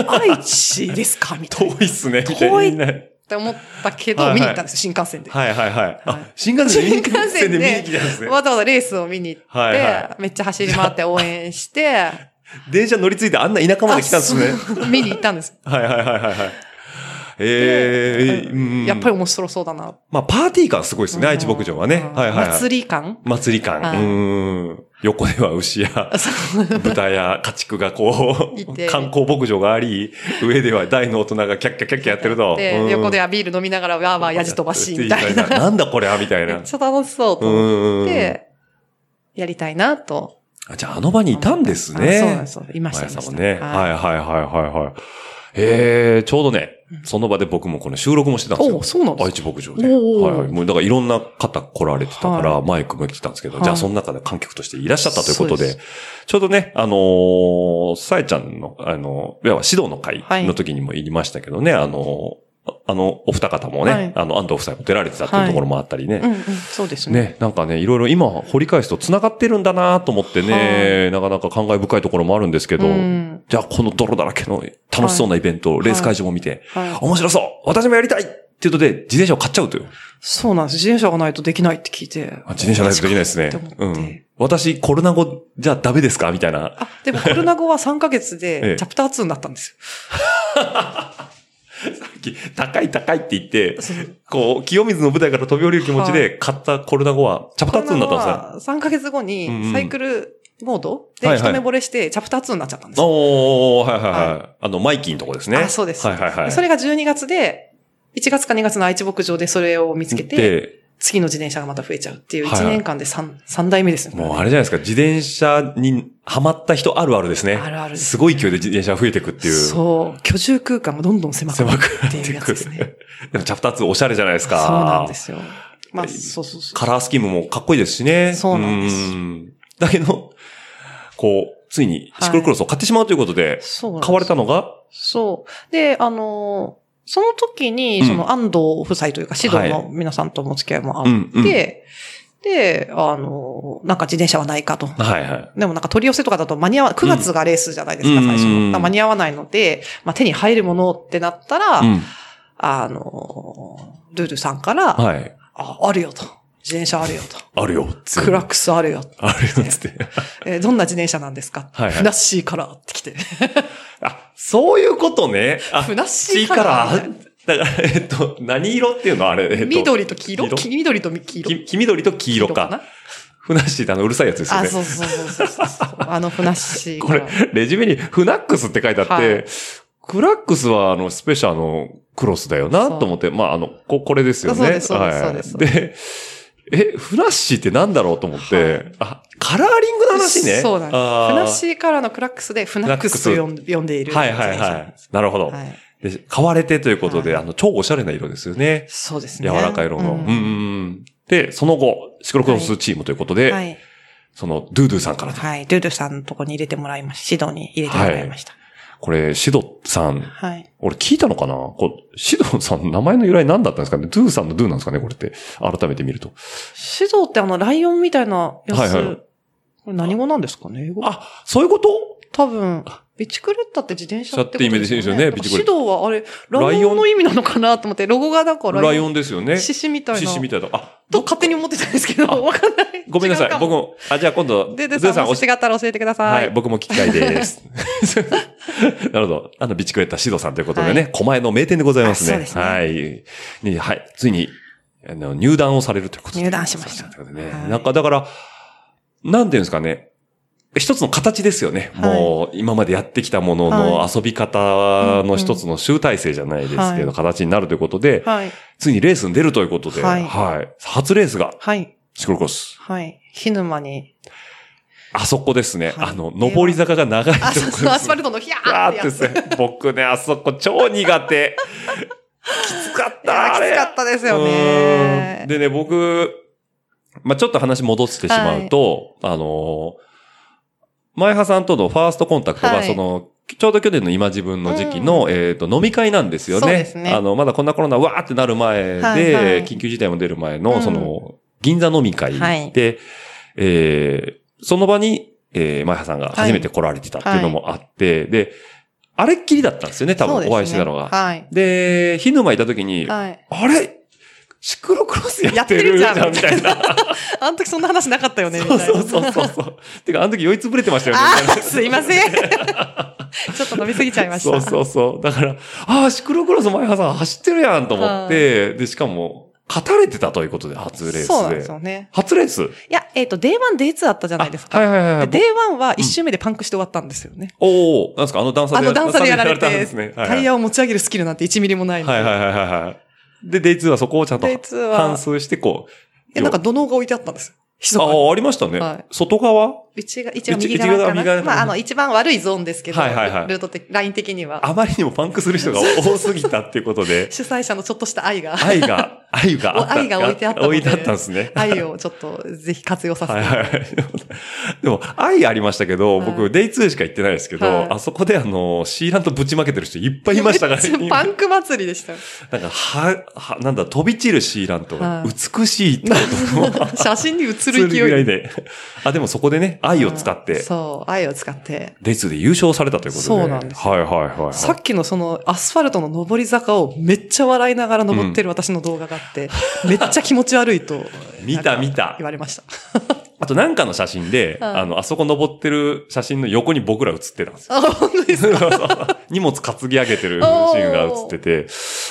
愛知ですかみたいな。っ遠いっすね、みた遠いいな。はいて思ったけど、はいはい見に行ったんですよ、新幹線で。はいはい。はあい、新幹線で見に新幹線で見に来たんですね。わざわざレースを見に行って、はいはめっちゃ走り回って応援して、 電車乗り継いであんな 田舎まで来たんですね。あそう見に行ったんです。はいはいはい はいはい。ええうんやっぱり面白そうだな。まあ、パーティー感すごいですね、愛知牧場はね。うんはいはい、はい。祭り感祭り感。はいうん。横では牛や豚や家畜がこいうて、観光牧場があり、上では大の大人がキャッキャッキャッキャやってると。でうん横ではビール飲みながら、わーわーやじ飛ばし、みたいな。なんだこれはみたいめなっ。 ちゃ楽しそうと思うんって、やりたいなと。あじゃあ、あの場にいたんですね。あそうなんですよ。いましたまいやましさた。んもね。はいい。はいはいはいはい。ええちょうどねう、んその場で僕もこの収録もしてたんですおよう。そうなんです愛か知牧場で。おーはいはい。もうだからいろんな方来られてたから、はマイクも来てたんですけど、はいじゃあその中で観客としていらっしゃったということそうで、でちょうどね、あのー、さえちゃんの、あのー、いわば指導の会の時にも言いましたけどね、あのー、ああの、お二方もね、はいあの、安藤夫妻も出られてたっていうところもあったりね、うんうん、そうですね。ね、なんかね、いろいろ今掘り返すと繋がってるんだなと思ってね、なかなか感慨深いところもあるんですけど、うんじゃあこの泥だらけの楽しそうなイベント、レース会場も見て、はい面白そう私もやりたいっていうことで、自転車を買っちゃうという。そうなんです。自転車がないとできないって聞いて。あ自転車ないとできないですねマジ。かってう思ってん。私、コロナ後じゃダメですかみたいな。 あ、でもコロナ後は3ヶ月ええでチャプター2になったんですよ。高い高いって言ってそう、こう、清水の舞台から飛び降りる気持ちで買ったコロナ後は、チャプター2になったんですね。す3ヶ月後うんうにんサイクルモードはでいはい一目惚れしてチャプター2になっちゃったんですよ。おー、はいはいは。はいあの、マイキーのとこですね。あそうですはいはいはい。それが12月で、1月か2月の愛知牧場でそれを見つけて、で、次の自転車がまた増えちゃうっていうはい1はい年間で 3, 三代目ですね。もうあれじゃないですか、自転車にハマった人あるあるですね。あるあるですすごい勢いで自転車が増えていくっていう。そう。居住空間もどんどん狭く狭なるくなっってていういやつく。ですね。 でもチャプター2おしゃれじゃないですそうか。なんですよ。まあ、そうそうそう。カラースキームもかっこいいですしね。そうなんですんだけど、こう、ついにシクロクロスを買ってしまうということで、そうなんです買われたのが、そう。で、あのーその時に、うんその安藤夫妻というか、指導の皆さんともお付き合いもあって、うんうんで、あのーなんか自転車はないかと。はいはい。でもなんか取り寄せとかだと間に合わ、9月がレースじゃないですか、うん最初うんうんうの。んだから間に合わないので、まあ、手に入るものってなったら、うん。あのールールさんから、はい。あ、あるよと。自転車あるよと。あるよ、つってクラックスあるよ。あるよ、つって。えーどんな自転車なんですか、はいはいフナッシーカラーって 来て。あ、そういうことね。あ、ふなっしーカカララーー。だから、えっと、何色っていうのあれ、えっと、緑と黄色黄黄緑と黄色。き黄緑と黄色か。。ふなっしーってあの、うるさいやつですよあ、ね。そうそうそうそうそう。あのふなっしーこかれら。、レジュメにフナックスって書いてあって、はいクラックスはあの、スペシャルのクロスだよなそうと思って、まああの、こ、これですよね。そうですそうですはいそうでえ、フラッシーってなんだろうと思って、はあ、カラーリングの話ね。そうなんです。フあーナッシーからのクラックスでフナックスと呼ん呼んでいる。はいはいはい。なるほど。はいで、買われてということで、はいあの、超おしゃれな色ですよね。そうです柔ね。らかい色の。ううんん、うん、うん。で、その後、シクロクロスチームということで、はい。その、ドゥドゥさんからと。はい。ルルさんのとこに入れてもらいました。指導に入れてもらいました。これ、シドさん、はい。俺聞いたのかなこうシドさんの名前の由来何だったんですかねドゥさんのドゥなんですかねこれって。改めて見ると。指導ってあの、ライオンみたいなやつ。はいはいこれ何語なんですかね英語あ、そういうこと多分、ビチクレッタって自転車っ車てことですよね。ってイメージですよねビチクレッ指タ導はあれ、ライオンライオンの意味なのかなと思って、ロゴがだから、ライオンですよね。獅子みたいな。獅子みたいな。あ、と勝手に思ってたんですけど、わかんない。ごめんなさ違うかい。僕も。も、あ、じゃあ今度、で、で、ドさゥん、さんもおしし違ったら教えてくださ。はいい、僕も聞きたい です。なるほど。あの、備蓄やったシドさんということでね、は狛江の名店でございますね。あそうですねはい。ねはい。ついに、あの、入団をされるということで。入団しましたということでねはいなんか、だから、なんていうんですかね。一つの形ですよね。はいもう、今までやってきたものはの遊び方の一つの集大成じゃないですけうんうど、形になるということで、はい。ついにレースに出るということで、はいはい。初レースが、はい。シクロクロス。はい。ひぬま に。あそこですね。はいあの、上り坂が長いとこあ、ろですそうそう、アスファルトのヒャーあってーやっつ。ていですね、僕ね、あそこ超苦手。きつかった、あやれ。きつかったですようーんね。でね、僕、まあ、ちょっと話戻してしまうと、あのー、前葉さんとのファーストコンタクトが、はいその、ちょうど去年の今自分の時期の、えっ、と、飲み会なんですよね。そうですねあの、まだこんなコロナわーってなる前で、はいはい緊急事態も出る前うの、んその、銀座飲み会で、はいえーその場に、えー、前葉さんが初めて来られてたっていうのもあって、で、あれっきりだったんですよね、多そうで分すねお会いしてたのが。はい。で、ひぬまいた時に、はい。あれシクロクロスやってやってるるじじゃゃんんみたいな。あの時そんな話なかったよね、みたそいうな。そうそうそうそう。てか、あの時酔いつぶれてましたよね。みあたいー、 すいません。ちょっと飲みすぎちゃいまなしそうた。そうそう。だから、ああ、シクロクロス前原さん走ってるやんと思って、で、しかも、勝たれてたということで、初レースそうなんでで。すよね。初レースいや、えっと、Day1、Day2 あったじゃないですあか。はいはいはいはい。で Day1 は一周目でパンクして終わったんですよね。おおなんですかあの段差あでの段差でやられたんでてすね、。はいはいタイヤを持ち上げるスキルなんて1ミリもないのはいで。はいはいはいはい。で、デイ2はそこをちゃんと Day2 は反、数して、こう。いやなんか土のうが置いてあったんですよ。ひそあかにあ、ありましたね。はい外側一が、一番一右側か一番右側な。かなまあ、あの、一番悪いゾーンですけど、はいはいはいルート的、ライン的には。あまりにもパンクする人が多すぎたっていうことで、主催者のちょっとした愛が、愛が、愛があった。愛が置いてあったの置でいてあったんですね。愛をちょっとぜひ活用させて。はいはいはい。でも、愛ありましたけど、は僕、いデイ2しか行ってないですけはいど、あそこであの、シーランとぶちまけてる人いっぱいいましたからめっちゃ パね。ンク祭り でしたよ。なんか、は、は、なんだ、飛び散るシーランとはい、美しいってことも、写真に写するるぐら勢いい。で。あ、でもそこでね、愛を使っうんて、そう、愛を使って。デイ2で優勝されたということで。そうなんですはいはいはいはい。さっきのそのアスファルトの上り坂をめっちゃ笑いながら登ってる私の動画があって、めっちゃ気持ち悪いと 見た見た言。われました。あとなんかの写真で、はいあの、あそこ登ってる写真の横に僕ら写ってたんですよ。あ、本当ですか 荷物担ぎ上げてるシーンが写ってて、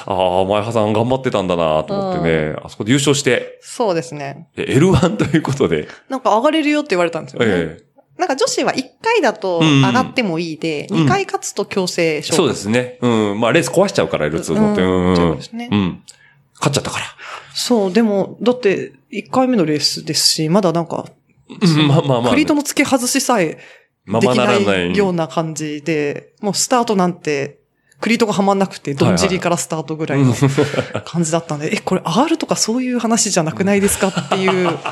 ああ、前葉さん頑張ってたんだなと思ってね、あそこで優勝して、そうですね。え L1 ということで、なんか上がれるよって言われたんですよね。ええなんか女子は1回だとうんうん上がってもいいで、うん2回勝つと強制勝そうですね。うん。まあ、レース壊しちゃうから、L2 のって。ううんん。そううんですねうん。勝っちゃったから。そう、でも、だって、1回目のレースですし、まだなんか、うんまあまあまあクね、リートの付け外しさえまでまきなならない。いような感じで、もうスタートなんて、クリートがはまんなくて、どんじりからスタートぐらいの感じだったんで、え、これ R とかそういう話じゃなくないですかっていう。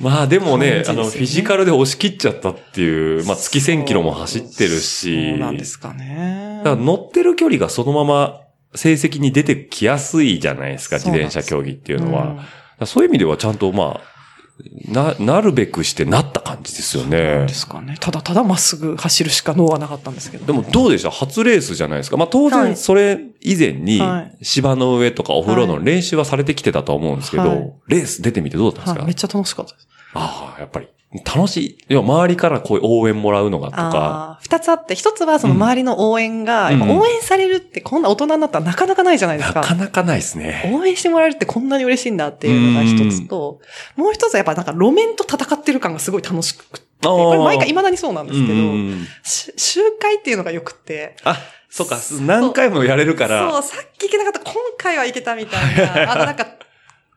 まあでもね感じで、すあよねの、フィジカルで押し切っちゃったっていう、 まあ月1000キロも走ってるし。そうなんですかね。だから乗ってる距離がそのまま成績に出てきやすいじゃないですか、そ自うなんで転す車競技っていうのは。うんだからそういう意味ではちゃんとまあ、な、なるべくしてなった感じですよなんねで。すかね。ただただまっすぐ走るしか脳はなかったんですけど。でもどうでした初レースじゃないですか。まあ当はい然それ以前にはい芝の上とかお風呂の練習はされてきてたと思うんですけど、はいレース出てみてどうだったんはい、でめっすか、ちゃ楽しかったです。ああ、やっぱり楽しい。要は周りからこういう応援もらうのがとか。ああー、二つあって、一つはその周りの応援が、うんやっぱ応援されるってこんな大人になったらなかなかないじゃないですなか。かなかないですね。応援してもらえるってこんなに嬉しいんだっていうのが一つと、もう一つはやっぱなんか路面と戦ってる感がすごい楽しくて、あーこれ毎回未だにそうなんですけうんうんど、うんし周回っていうのが良くて、あ、そうか、何回もやれるから。 そう、さっき行けなかった、今回は行けたみたいな、あのなんか、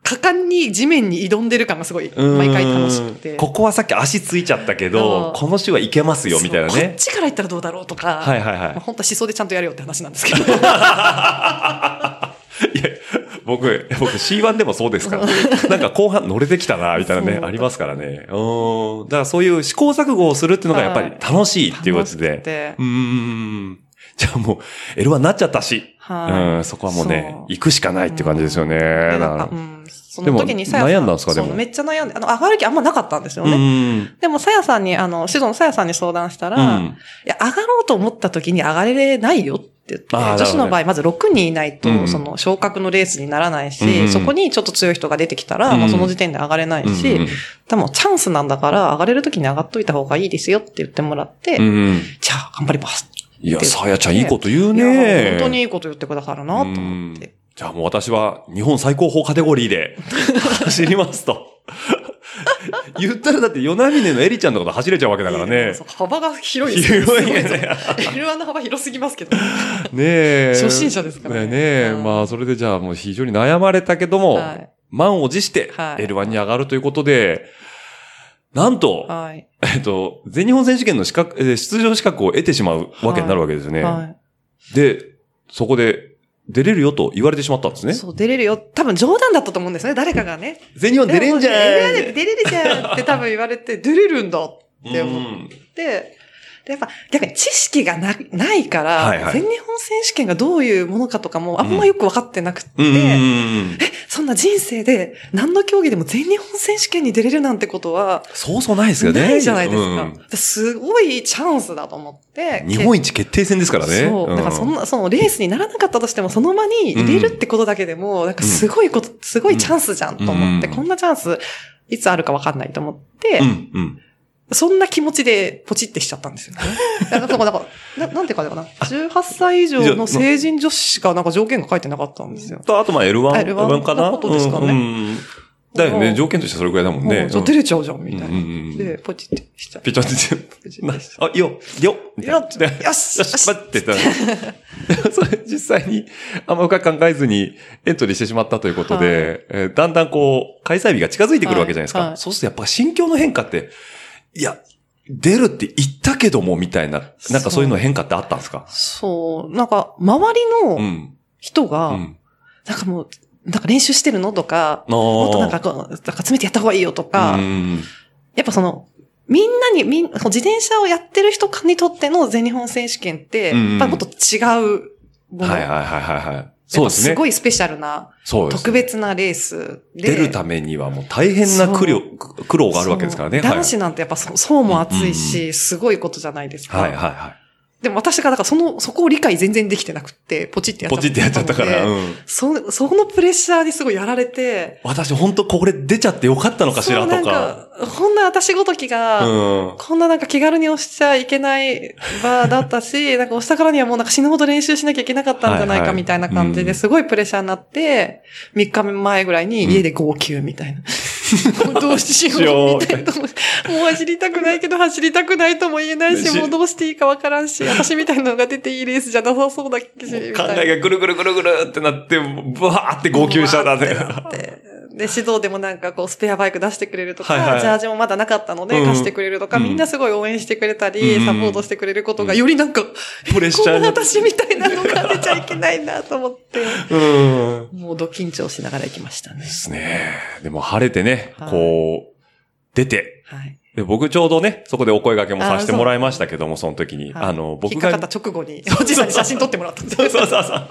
果敢に地面に挑んでる感がすごい、毎回楽しくうて。んここはさっき足ついちゃったけど、そうこの週はいけますよ、みたいなそうこっね。ちから行ったらどうだろうとか、はいはいはいまあ本当は思想でちゃんとやれよって話なんですけど、 いや、僕、僕 C1 でもそうです から、なんか後半乗れてきたな、みたいなね、そうありますからね。うん。だからそういう試行錯誤をするっていうのがやっぱり楽しいっていう こと楽しくで。てうーん。じゃあもう、L1 になっちゃったし、はいうん、そこはもうねそう行くしかないっていう感じですよね。でだなんかかうらんその時にさやさでも悩んだんですかでもそうめっちゃ悩んで、あの、上がる気あんまなかったんですようね。ん。でも、さやさんに、あの、シドのさやさんに相談したら、うんいや、上がろうと思った時に上がれないよって言って、あーなるほど女子の場合、まず6人いないと、うんその、昇格のレースにならないし、うんうんそこにちょっと強い人が出てきたら、うんまあ、その時点で上がれないし、うんでも、チャンスなんだから、上がれる時に上がっといた方がいいですよって言ってもらって、うん。じゃあ、頑張ります。いや、さやちゃんいいこと言ういやね。本当にいいこと言ってくださるなと思っうんて。じゃあもう私は日本最高峰カテゴリーで 走りますと。 言ったらだって、与那峰のエリちゃんのこと走れちゃうわけだからね。そう幅が広いですよ広いすごいぞね。 L1 の幅広すぎますけ ど。ねえ。初心者ですからねねえうんまあ、それでじゃあもう非常に悩まれたけども、はい。満を持してはい L1 に上がるということで、なんと、はい。えっと、全日本選手権の資格、えー出場資格を得てしまうわけになるわけですよね。はで、そこで、出れるよと言われてしまったんですねい。。そう、出れるよ。多分冗談だったと思うんですね。誰かがね。全日本出れんじゃんでもね出れるじゃんって多分言われて、出れるんだってう思っんて。でやっぱ、逆に知識がなないから、はいはい全日本選手権がどういうものかとかもあんまよく分かってなくて、うんうんうんうんそんな人生で何の競技でも全日本選手権に出れるなんてことは、そうそうないですよね。ないじゃないですうか。ですごいチャンスだと思ってん。日本一決定戦ですからね。そう。だからそんな、そのレースにならなかったとしても、その間に入れるってことだけでも、なんかすごいこと、すごいチャンスじゃんと思って、うんこんなチャンス、いつあるかわかんないと思って、うんうん。そんな気持ちでポチってしちゃったんです よね。だから、だからななんて書いたかな。18歳以上の成人女子しかなんか条件が書いてなかったんですよ。と、あとまあ L1。あ L1 かなのことですかねうんうんだようね。ん条件としてそれくらいだもんねも。うちょっと出れちゃうじゃん、みたいうんうんな。うんで、ポチってしちゃう。ピチャッてポチなッてしち ゃあ、よ、よ、うよっ でよしよし、待って た。それ実際に、あんま深く考えずにエントリーしてしまったということで、えーだんだんこう、開催日が近づいてくるわけじゃないですはいかは。いそうするとやっぱ心境の変化って、いや、出るって言ったけども、みたいな、なんかそういうの変化ってあったんですかそう。なんか、周うりのん。人が、うん。なんかもう、なんか練習してるのとか、ももっとなんかこう、なんか詰めてやった方がいいよとか、うんやっぱその、みんなに、みん、こう自転車をやってる人にとっての全日本選手権って、うんうんやっぱりもっと違うもの。はいはいやっぱはいはいはい。そうですね。ごいスペシャルな、そうです特ね。別なレースで。出るためにはもう大変な苦労苦労があるわけですからね。そはのい男子なんてやっぱそ層も厚いうんし、すごいことじゃないですか。はいはいはでも私がだからその、そこを理解全然できてなくって、ポチっい。てやっちゃポった。チってやっちゃったから。うんそ、そのプレッシャーにすごいやられて、私本当これ出ちゃってよかったのかしらそうなとんか。か、こんな私ごときが、うん。こんななんか気軽に押しちゃいけない場だったし、 なんか押したからにはもうなんか死ぬほど練習しなきゃいけなかったんじゃなはいいかはいみたいな感じうんですごいプレッシャーになって、3日前ぐらいに家で号泣みたいな。 どうしてしようみたいな。もう走りたくないけど走りたくないとも言えないしし、もうどうしていいかわからんし、私みたいなのが出ていいレースじゃなさそうだし、みたい考な。えがぐるぐるぐるぐるってなって、ブワーって号泣しちゃ ったね。で、で指導でもなんかこう、スペアバイク出してくれるとか、はいはいジャージもまだなかったのうでん貸してくれるとか、うんみんなすごい応援してくれたうり、んサポートしてくれることが、よりなんか、プレッシこャんなーに。私みたいなのが出ちゃいけないなと思って、うん。もうド緊張しながら行きましたねで。すね。でも晴れてねは、いこう、出て。はい。で僕ちょうどね、そこでお声掛けもさせてもらいましたけども、その時に。はいあの、僕引っかがかった直後に、おじいさんに写真撮ってもらったんですそうそうそうそう。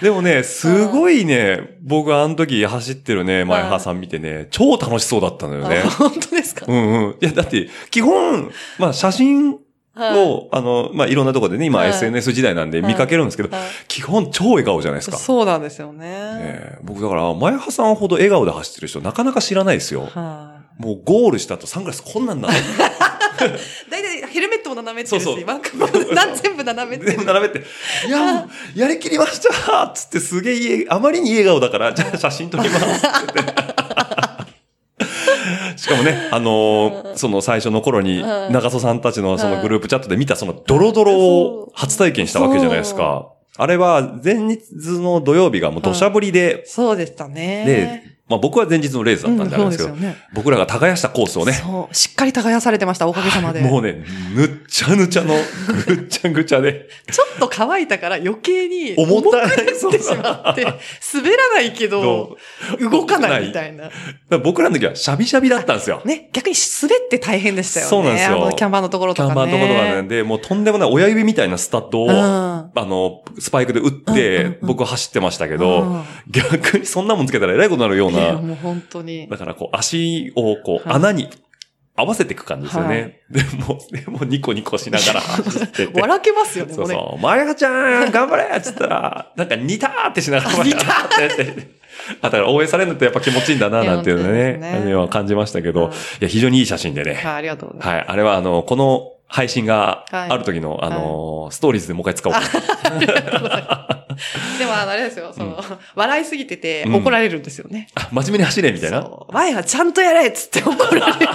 でもね、すごいね、僕あの時走ってるね、前原さん見てね、超楽しそうだったのよねあ。本当ですかうんうん。いや、だって、基本、まあ写真はいを、あの、まあいろんなとこでね、今はい SNS 時代なんではい見かけるんですけど、はい基本超笑顔じゃないですか。そうなんですよねね。え僕だから、前原さんほど笑顔で走ってる人なかなか知らないですよ。はもうゴールした後サングラスこんなんなの。い。大体ヘルメットも斜めってるそうそうし、バンクもなん全部斜めって全部る。並べて、いや、もうやりきりましたっつってすげえいい、あまりにいい笑顔だから、じゃあ写真撮りますって言って。し かもね、あのーその最初の頃に、うん長曽さんたちのそのグループチャットで見たそのドロドロを初体験したわけじゃないですか。あれは前日の土曜日がもう土砂降りで、そうでしたね。で、まあ僕は前日のレースだったんであれそうでですけすど、よね。僕らが耕したコースをね、そう。しっかり耕されてました、おかげさまで。もうね、ぬっちゃぬちゃの、ぐっちゃぐちゃで、ちょっと乾いたから余計に重重くなたっいそうてしま って、滑らないけど、動かないみたいな。僕らの時はシャビシャビだったんですよ。ね、逆に滑って大変でしたよね。そうなんですよあのキャンバーのところキとかャね。ンバーのところがね、で、もうとんでもない親指みたいなスタッドを、うんあの、スパイクで打って、うんうんうん僕は走ってましたけうど、ん逆にそんなもんつけたらえらいことになるよういや、な、もう本当に。だからこう足をこうはい穴に合わせていく感じですよはね。でも、でもニコニコしながら 走ってて。笑けますよね、そうもうねそう。マリハちゃん、頑張れっつったら、なんか、似たーってしながら、似たーってやって。 あ、だから応援されるのってやっぱ気持ちいいんだな、なんていうのいね、や本当ですねあれは感じましたけど、はいいや、非常にいい写真でね。はい、ありがとうございはい。ます。あれは、あの、この配信がはいある時の、あの、ストーリーズでもう一回使おうと思って。でも、あの、あれですよ、その、笑いすぎててうん怒られるんですよね。あ真面目に走れみたいな。そう。前はちゃんとやれっつって怒られる。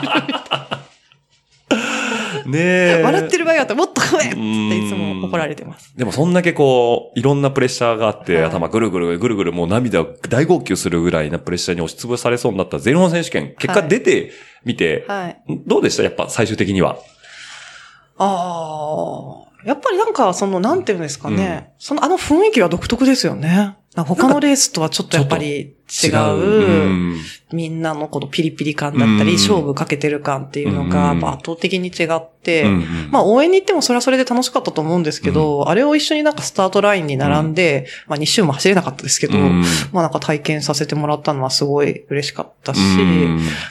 ねえ。笑ってる場合だったらもっとごめんっつっうてんいつも怒られてます。でもそんだけこう、いろんなプレッシャーがあって、はい頭ぐるぐるぐるぐるもう涙を大号泣するぐらいなプレッシャーに押しつぶされそうになった全日本選手権、結果はい出てみて、はい。どうでしたやっぱ最終的には。ああ。やっぱりなんか、その、なんていうんですかね。その、あの雰囲気は独特ですよね。なんか他のレースとはちょっとやっぱり違う、うんみんなのこのピリピリ感だったうり、ん勝負かけてる感っていうのが、うんやっぱ圧倒的に違って、うんまあ応援に行ってもそれはそれで楽しかったと思うんですけど、あれを一緒になんかスタートラインに並んで、まあ2周も走れなかったですけど、うんまあなんか体験させてもらったのはすごい嬉しかったし、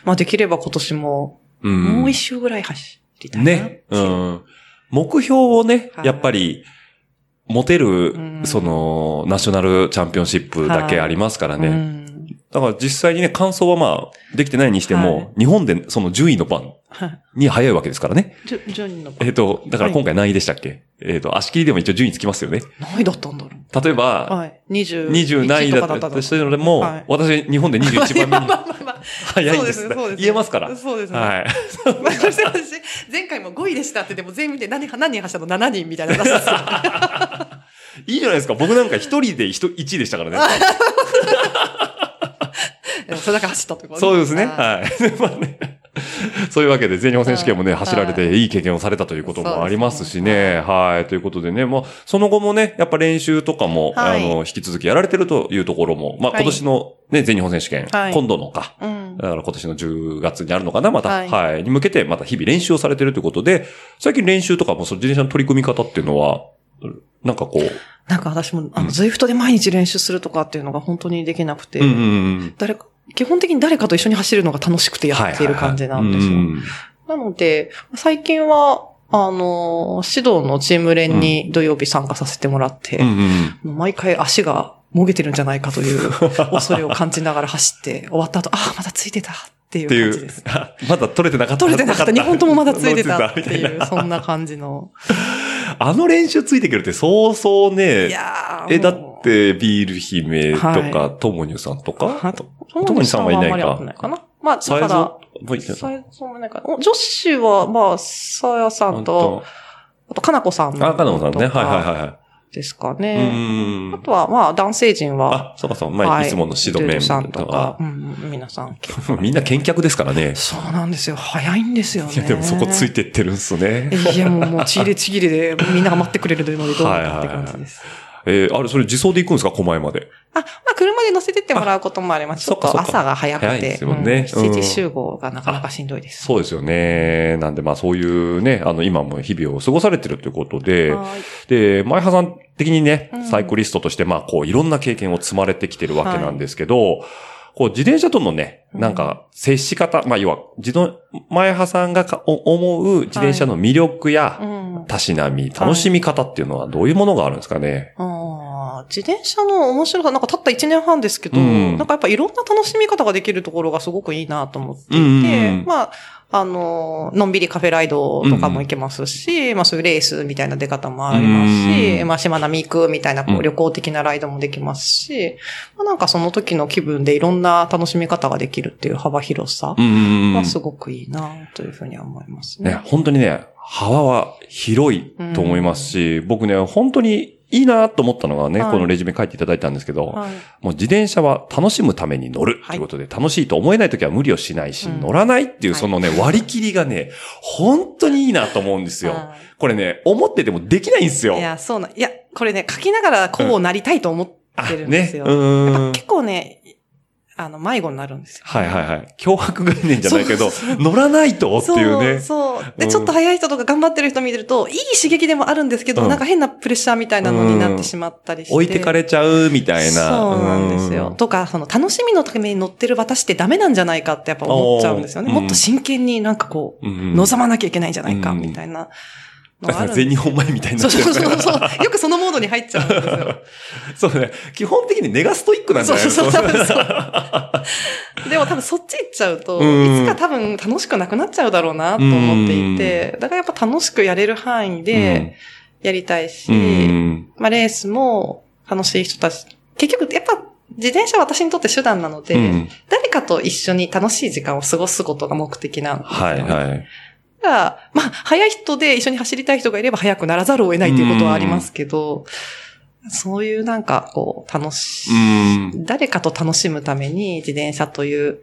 まあできれば今年もうんもう一周ぐらい走りたいな。ね。うん。目標をね、はいやっぱり、持てるうん、その、ナショナルチャンピオンシップだけありますからうね。ん。だから実際にね、感想はまあ、できてないにしてはも、日本でその10位の番はいに早いわけですからね。じゅ順位のえっと、だから今回何位でしたっけえっと、足切りでも一応順位つきますよね。何位だったんだろう。例えば、はい。20 20何位だったとしてでもはい、私、日本で21番目にまあまあまあまあ。早いんです。そうですねそうですね言えますから。そうですね。はい。 まあそして私、前回も5位でしたって、でも全員見て何何人走ったの ?7 人みたいな話ですよ。いいじゃないですか。僕なんか一人で1位でしたからね。でもそれだけ走ったとか、そうですね。はいはい。 まあね。そういうわけで、全日本選手権もね、はい走られていい経験をされたということそうですもねありますしね。はい。ということでね、もう、その後もね、やっぱ練習とかも、あはいの、引き続きやられてるというところも、まあは今い年のね、全日本選手権、はい今度のか。うん。だから今年の10月にあるのかな、また。は、はいいに向けて、また日々練習をされてるということで、最近練習とかも、その自転車の取り組み方っていうのは、なんかこう、なんか私も、あうの、んズイフトで毎日練習するとかっていうのが本当にできなくて、うんうんうん。誰か、基本的に誰かと一緒に走るのが楽しくてやっている感じなんですよ。はいはいはいうんなので、最近は、あの、指導のチーム連に土曜日参加させてもらって、うんうんうん。もう毎回足がもげてるんじゃないかという恐れを感じながら走って、終わった後、ああ、まだついてたっていっうてい感じでうす。、あ まだ取れてなかった。取れてな かった。日本ともまだついてたって取れみいたう、そんな感じの。あの練習ついてくるってそうそういね。やーえ、だもっうて、ビール姫とはか、ともにゅさんとあか、と、トモニさんはいないかトモニさんはあんまりわんないかな。まあ、サイだズかもういら、てサイズもいないかな。お女子は、まあ、さやさんと、、あと、かなこさんあとあ、かのこさんね。はいはいい。はいはですかい。うね。ーあん。とは、まあ、男性陣は、あ、そうかそう。まあ、いつものシドメルンルさんととかか、。うん、うん皆さん。 みんな見客ですからね。そうなんですよ。早いんですよね。いや、でもそこついてってるんすね。いや、もう、もう、ちぎれちぎれで、みんなが待ってくれるので、どうかって感じです。えーあれ、それ自走で行くんですか狛江まで。あ、まあ、車で乗せてってもらうこともあります。ちあょっとそっかそっか朝が早くて。早いですもんねうんうん7時集合がなかなかしんどいです。そうですよね。なんで、まあ、そういうね、あの、今も日々を過ごされてるということで、はいで、前葉さん的にねう、んサイクリストとして、まあ、こう、いろんな経験を積まれてきてるわけなんですけど、こう、自転車とのね、なんか、接し方、まあ、要は、自動、前葉さんがかお思う自転車の魅力うや、ん。たしなみ、楽しみ方っていうのはどういうものがあるんですかね。あー自転車の面白さ、なんかたった1年半ですけど、うんなんかやっぱいろんな楽しみ方ができるところがすごくいいなと思っていて、うんうんうんまあ、あの、のんびりカフェライドとかも行けますし、まあそういうレースみたいな出方もありまうすんし、うんまあ島並行くみたいなこうんう旅行的なライドもできますし、まあなんかその時の気分でいろんな楽しみ方ができるっていう幅広さうんうんうんうはん。すごくいいなというふうには思いますね。ね、本当にね、幅は広いと思いますし、僕ね、本当にいいなと思ったのがね、はいこのレジュメ書いていただいたんですけど、はい。もう自転車は楽しむために乗るとはいいうことで、楽しいと思えないときは無理をしないし、うん乗らないっていうはいそのね、割り切りがね、本当にいいなと思うんですよ。はこれね、思っててもできないんですよ。いや、そうな、いや、これね、書きながらこうなりたいと思ってるんですよ。あね。うやっーぱん。結構ね、あの、迷子になるんですよ。はいはいはい。脅迫概念じゃないけどそうそう、乗らないとってそういうね。そう。うで、んちょっと早い人とか頑張ってる人見てると、いい刺激でもあるんですけど、うんなんか変なプレッシャーみたいなのになってしまったりして。置いてかれちゃうみたいな。そうなんですうよん。。とか、その、楽しみのために乗ってる私ってダメなんじゃないかってやっぱ思っちゃうんですよね。おーもっと真剣になんかこうんうう、ん望まなきゃいけないんじゃないか、うんみたいなだのがからあるんで全日本前みたいになそうっちゃそううからそうそう。よくそのモードに入っちゃうんですよ。 そうね。基本的にネガストイックなんじゃそうないそでうすかそう、多分 そう。でも多分そっち行っちゃうと、うんいつか多分楽しくなくなっちゃうだろうなと思っていて、だからやっぱ楽しくやれる範囲でやりたいし、うん。まあレースも楽しい人たち、結局やっぱ自転車は私にとって手段なので、うん。誰かと一緒に楽しい時間を過ごすことが目的なんですよはいだかはい。ら、まあ、速い人で一緒に走りたい人がいれば速くならざるを得ないということはありますけど、そういうなんかこう、楽しういん。誰かと楽しむために自転車という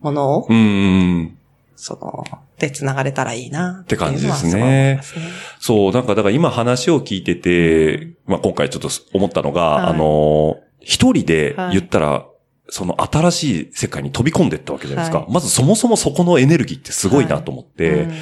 ものを、うん。その、で繋がれたらいいなっていうのはって感じですねすごい思いますね。そう、なんか、だから今話を聞いてて、まあ今回ちょっと思ったのが、はいあのー、一人で言ったら、その新しい世界に飛び込んでったわけじゃないですか。はまずそもそもそこのエネルギーってすごいなと思って、うん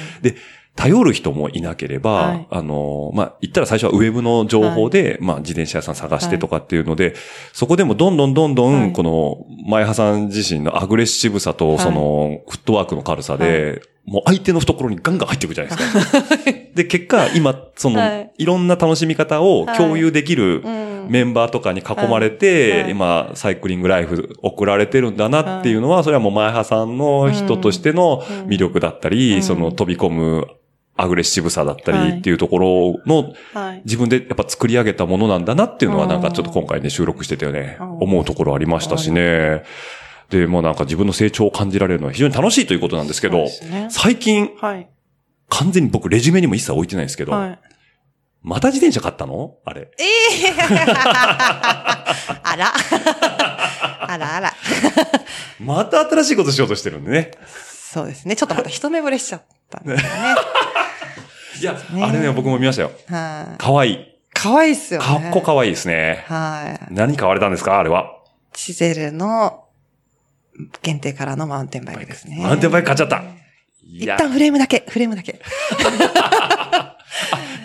頼る人もいなければ、はいあの、まあ、言ったら最初はウェブの情報で、まあ、自転車屋さん探してとかっていうので、そこでもどんどんどんどん、はいこの、前葉さん自身のアグレッシブさと、はいその、フットワークの軽さで、もう相手の懐にガンガン入っていくじゃないですか。で、結果、今、その、はいい、ろんな楽しみ方を共有できる、うんメンバーとかに囲まれて、はいはい今、サイクリングライフ送られてるんだなっていうのは、それはもう前葉さんの人としてのうん魅力だったり、うんその飛び込むアグレッシブさだったはりいっていうところのはい。自分でやっぱ作り上げたものなんだなっていうのはうんなんかちょっと今回ね収録しててね、うん思うところありましたしね。で、もうなんか自分の成長を感じられるのは非常に楽しいということなんですけそうどで、すね最近はい。完全に僕レジュメにも一切置いてないんですけど、はい。また自転車買ったのあれ。ええ あら。あらあら。また新しいことしようとしてるんでね。そうですね。ちょっとまた一目惚れしちゃったんですよね。いや、ねあれね、僕も見ましたよ。はい。可愛いかわいいっすよね。かっこ可愛いですね。はい。何買われたんですかあれは。チゼルの限定からのマウンテンバイクですね。マウンテンバイク買っちゃった。い一や、旦フレームだけ、フレームだけ。じゃあ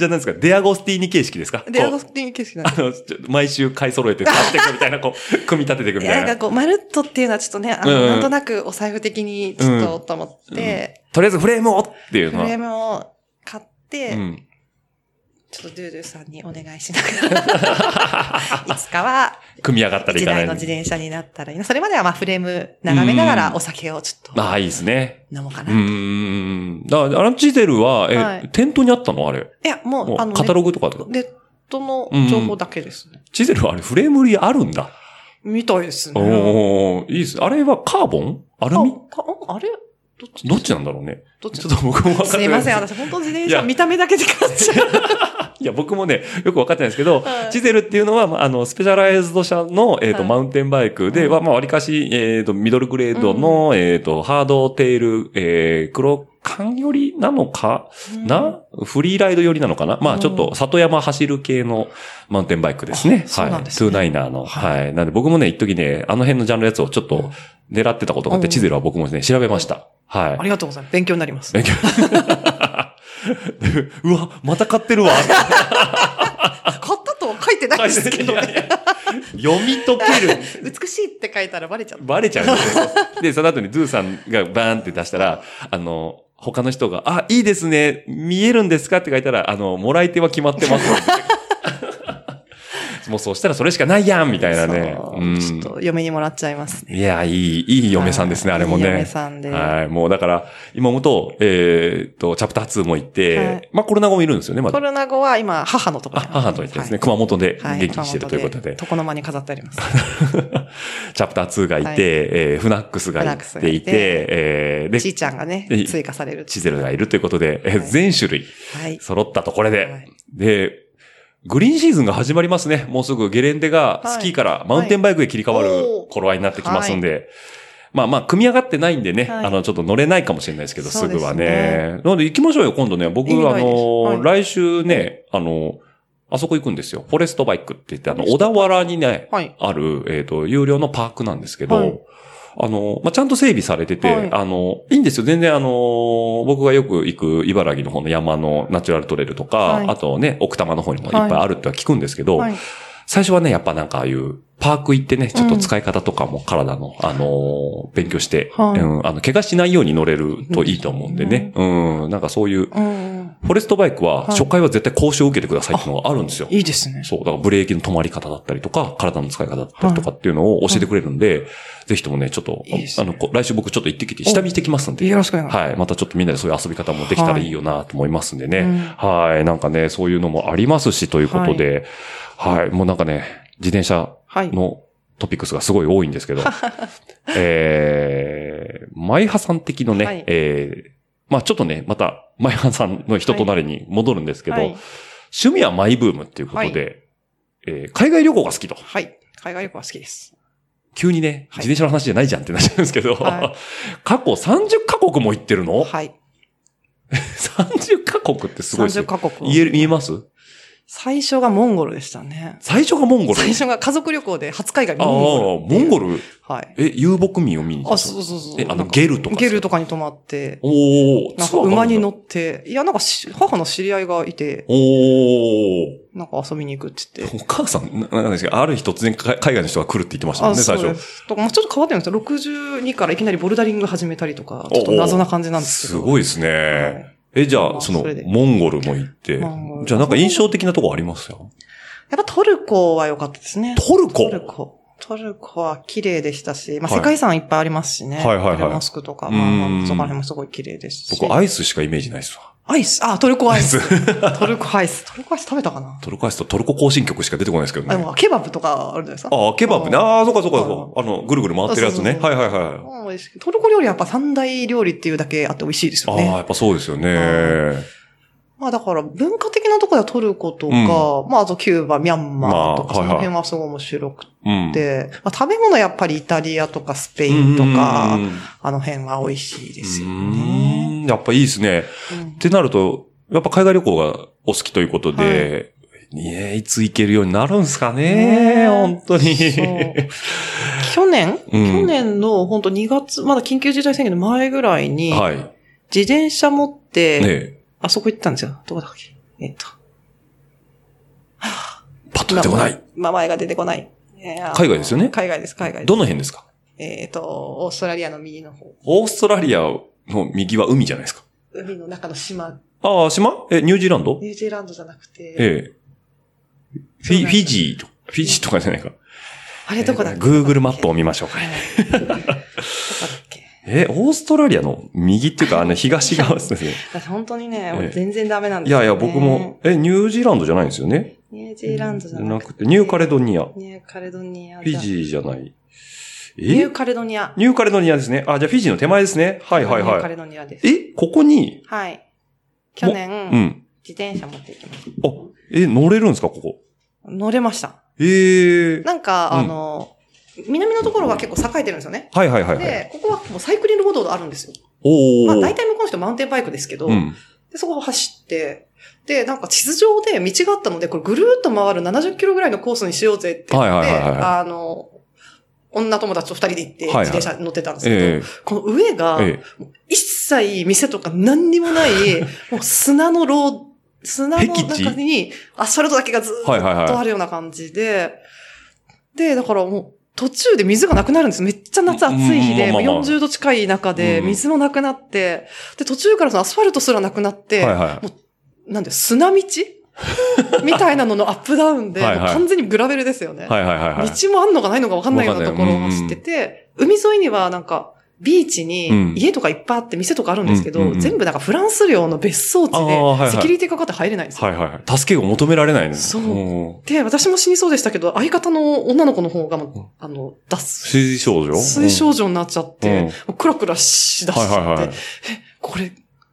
何ですかデアゴスティーニ形式ですかで、アゴこスティン形式なんうであの、ちょ毎週買い揃えて買っていくみたいな、こ う、組み立てていくいみたや、いなんな。かこう、まるっとっていうのはちょっとね、あうんうんの、なんとなくお財布的にちょっとと思って、とりあえずフレームをっていうフのは。レームを買って、うん。ちょっとドゥドゥさんにお願いしなが ら、いつかは組み上がったらい一かない台のの自に。転車になったらいいな。それまではまあフレーム眺めながうらんお酒をちょっとああ、いいですね。飲もうかうな。ーいん。だから、あのチゼルは、え、はい店頭にあったのあれ。や、ももう、あのう、ね、カタログとかで。ネットの情報だけですね。チゼルはあれ、フレーム売りあるんだ。みたいですね。おー、いいです。あれはカーボンアルミあかああれどっちどっちなんだろうね。どっちちょっと僕も分かってすないいません、んです私本当自転いや車見た目だけで買っちゃう。いや、僕もね、よく分かってないんですけど、はいチゼルっていうのは、まああの、スペシャライズド社の、えっ、と、はいマウンテンバイクで、うんはまあ、割かし、えっ、と、ミドルグレードの、えっ、と、ハードテール、えー、黒缶よりなのかな、フリーライド寄りなのかな、まあ、ちょっと、里山走る系のマウンテンバイクですね。あそうは。ないんトですゥねーナイナーの。はい。なんで、僕もね、一時ね、あの辺のジャンルのやつをちょっと狙ってたことがあって、うんチゼルは僕もね、調べました。はいあ。 りがとうございます。勉強になります。勉強うわ、また買ってる わ。買ったとは書いてない ですけど、ね、読み解ける。美しいって書いたらバレちゃう。バレちゃうんですよ。で、その後にドゥさんがバーンって出したら、あの、他の人が、あ、いいですね。見えるんですかって書いたら、あの、もらい手は決まって ます。もうそうしたらそれしかないやんみたいなね。そううんちょっと嫁にもらっちゃいますね。いや、いい、いい嫁さんですね、はあいれもね。いい嫁さんではい、もうだから、今もと、えーっと、チャプター2も行って、はいまあコロナ後もいるんですよね、まコだ。ロナ後は今、母のとこあろに母と行ってですね、はい熊本ではい元気にしてるということで。床の間に飾ってあります。チャプター2がいて、はいえーフナックスがフいナックスてがいいてて、えーで、ちいちゃんがねえ、追加される。チゼルがいるということで、えーはい全種類はい。揃ったとこれで、はいで、グリーンシーズンが始まりますね。もうすぐゲレンデがスキーからマウンテンバイクへ切り替わる頃合いになってきますんで。まあまあ、組み上がってないんでね、はいあの、ちょっと乗れないかもしれないですけど、そすうですねぐはね。なので行きましょうよ、今度ね。僕、いいのあいいですの、は来週ね、あの、あそこ行くんですよ。フォレストバイクって言って、あの、フォレ小スト田原にね、はい。ある、えっ、と、有料のパークなんですけど、はいあの、まあ、ちゃんと整備されてて、はいあの、いいんですよ。全然あの、僕がよく行く茨城の方の山のナチュラルトレイルとか、はいあとね、奥多摩の方にもいっぱいあるっては聞くんですけど、はい。最初はね、やっぱなんかああいう、パーク行ってね、ちょっと使い方とかも体の、あのー勉強して、はいうん、あの、怪我しないように乗れるといいと思うんでね。うん、なんかそういう、フうん。ォレストバイクは、はい初回は絶対講習を受けてくださいっていうのがあるんですよ。いいですね。そう、だからブレーキの止まり方だったりとか、体の使い方だったりとかっていうのを教えてくれるんで、ぜひともね、ちょっと、いいですねあの、こう来週僕ちょっと行ってきて、下見してきますんで。よろしくお願いしまはい。またちょっとみんなでそういう遊び方もできたらいいよなと思いますんでね。はいうんはい。なんかね、そういうのもありますし、ということで、はい、もうなんかね、自転車はいのトピックスがすごい多いんです けど、えー、舞葉さん的のね、はいえー、まあちょっとね、また、舞葉さんの人となりに戻るんですけど、はい。趣味はマイブームっていうことで、えー海外旅行が好きと。はい。海外旅行は好きです。急にね、はい自転車の話じゃないじゃんってなっちゃうんですけど、は 過去30カ国も行ってるの、はい。 ?30 カ国ってすごいです30よ。カ国。言える、言えます最初がモンゴルでしたね。最初がモンゴル。最初が家族旅行で初海外ああ、モモンゴル。ンゴル。ル、はい。え、遊牧民を見に行ったあ、そうそうそう。え、あなの、んかゲルとか。ゲルとか。とかに泊まって、おおなんか馬に乗っって、いや、なんかし母の知り合いがいて、おーなんか遊びに行くって言って。お母さん、ななんですか、ある日突然か海外の人が来るって言ってましたもんね、最そうで初。す。とか、まあちょっと変わってるんですよ。62からいきなりボルダリング始めたりとか、ちょっと謎な感じなんですけすど。ごいですね。はいえ、じゃまあ、あそのそれで、モンゴルも行ってモンゴ、ルじゃあなんか印象的なとこありますよ。やっぱトルコは良かったですね。トルコトルコ。トルコは綺麗でしたし、まあ、はい世界遺産いっぱいありますしね。はいはいはいテレモスクとか、うんまあ、そこら辺もすごい綺麗ですし。僕、アイスしかイメージないですわ。アイス、あ、トルコア イス。トルコアイス。トルコアイス食べたかなトルコアイスとトルコ行進曲しか出てこないですけどあ、でね。も、ケバブとかあるじゃないですか。ああ、ケバブね。あああ、そうかそうかそうか。あの、ぐるぐる回ってるやつね。そうそはういはいはうん美味しいトルコ料理はやっぱ三大料理っていうだけあって美味しいですよい。ああ、ね。やっぱそうですよね。まあだから文化的なところではトルコとか、まああとキューバ、ミャンマーとまあか、はいそはいの辺はすごい面白くうん。て、まあ食べ物はやっぱりイタリアとかスペインとか、あの辺は美味しいですよね。うんやっぱいいですね。うんってなると、やっぱ海外旅行がお好きということで、ねえいつ行けるようになるんすかねねえ本当に。そう去年、うん去年の本当2月、まだ緊急事態宣言の前ぐらいに、はい。ね自転車持って、えあそこ行ったんですよ。どこだっけえっと。パッと出てこない。名前が出てこない。えー海外ですよね海外です、海外です。どの辺ですかえっ、と、オーストラリアの右の方。オーストラリアの右は海じゃないですか。海の中の島。ああ、島え、ニュージーランドニュージーランドじゃなくて、ええ。フそうィなんだフィジーとか、フィジーとかじゃないか。あれどこだっけ、 Google マップを見見ましょうか。どこだっけえ、オーストラリアの右っていうか、あの、東側ですね。私本当にね、ええ全然ダメなんでいすよ、やね。いや、僕も、。え、ニュージーランドじゃないんですよね。ニュージーランドじゃなくて。ニューカレドニア。フニューカレドニア。ィジーじゃない。えニニューュカレドニア。ーカレドニアですね。あ、じゃあフィジーの手前ですね。はいはいニューカはレドニアですい。。え、ここに、はい。去年、うん。自転車持って行きました。あ、え、乗れるんですか、ここ。乗れました。ええー。なんか、うんあの、南のところは結構栄えてるんですよね。はいはいはいはい。で、ここはもうサイクリングロードがあるんですよ。おー。まあ大体向こうの人マウンテンバイクですけど、うん。でそこを走って、で、なんか地図上で道があったので、これぐるーっと回る70キロぐらいのコースにしようぜって言って、はいはいはいはいあの、女友達と二人で行ってはいは自い転車乗ってたんですけど、えこの上えが、ええ。一切店とか何にも ない、もう砂のロー、砂の僻地中にアスファルトだけがずーはいはいっとはあい。るような感じで、で、だからもう途中で水がなくなるんです。めっちゃ夏暑い日で、うんまあまあもう40度近い中でうん水もなくなって、で、途中からそのアスファルトすらなくなって、はいはなんで砂 道みたいなののアップダウンで、はいはいもう完全にグラベルですよね。い。はいはいはいはい。道もあんのかないのか分かんないようなところを走ってて、海沿いにはなんか、ビーチうんに家とかいっぱいあって店とかあるんですけど、うんうんうん全部なんかフランス領の別荘地あーではいはい、セキュリティかかって入れないんですよ。はいはい。助けを求められないね。。そうんで、私も死にそうでしたけど、相方の女の子の方がもう、あの、脱水、水少女水少女女になっちゃっうんて、もうクラクラしだしちゃって、はいはいはいこれ、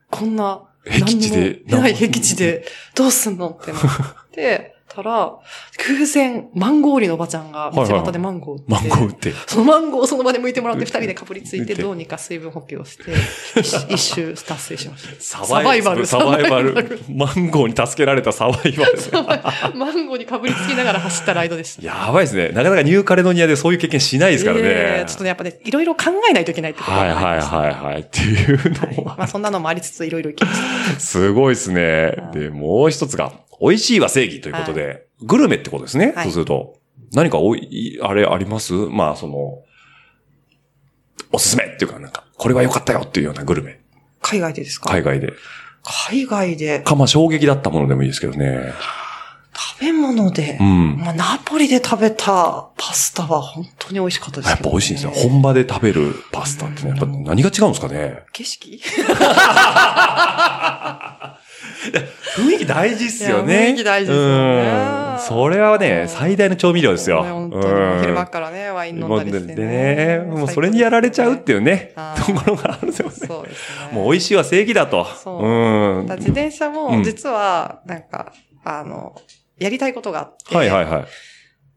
こんな、僻地で何もないなんか僻地で、どうすんのってなって、たら、偶然、マンゴー売りのおばちゃんが、道端でマンゴー売って、マンゴー売って。そのマンゴーをその場で剥いてもらって、二人でかぶりつい見てて、どうにか水分補給をして、 一一周達成しましサバイバルサバイバル。マンゴーに助けられたサバイバル。た。マンゴーにかぶりつきながら走ったライドでした。やばいですね。なかなかニューカレドニアでそういう経験しないですからね。ええちょっとね、やっぱね、いろいろ考えないといけないってことはいはいはいい。はい。っていうのまは、あそんなのもありつつ、いろいろ行きました。すごいですねは。いで、もう一つが、美味しいは正義ということで、グルメってことですね。はいそうすると。何かおいい、あれありますまあ、その、おすすめっていうか、なんか、これは良かったよっていうようなグルメ。海外でですか海外で。海外で、か、まあ、衝撃だったものでもいいですけどね。食べ物でう、ん。まあ、ナポリで食べたパスタは本当に美味しかったです、やっぱ美味しいんですよ。本場で食べるパスタってね、やっぱ何が違うんですかね。景色雰囲気大事っすよいね。や雰囲気大事ですようねんそれはね、最大の調味料ですよ。本当にうん昼間からね、ワイン飲んだりしてね。でね、もうそれにやられちゃうっていうね、あ とーころがあるんですよね。そうですね。もう美味しいは正義だと。そううん。だから自転車うんも、実は、なんか、あの、やりたいことがあって、はいはいはい。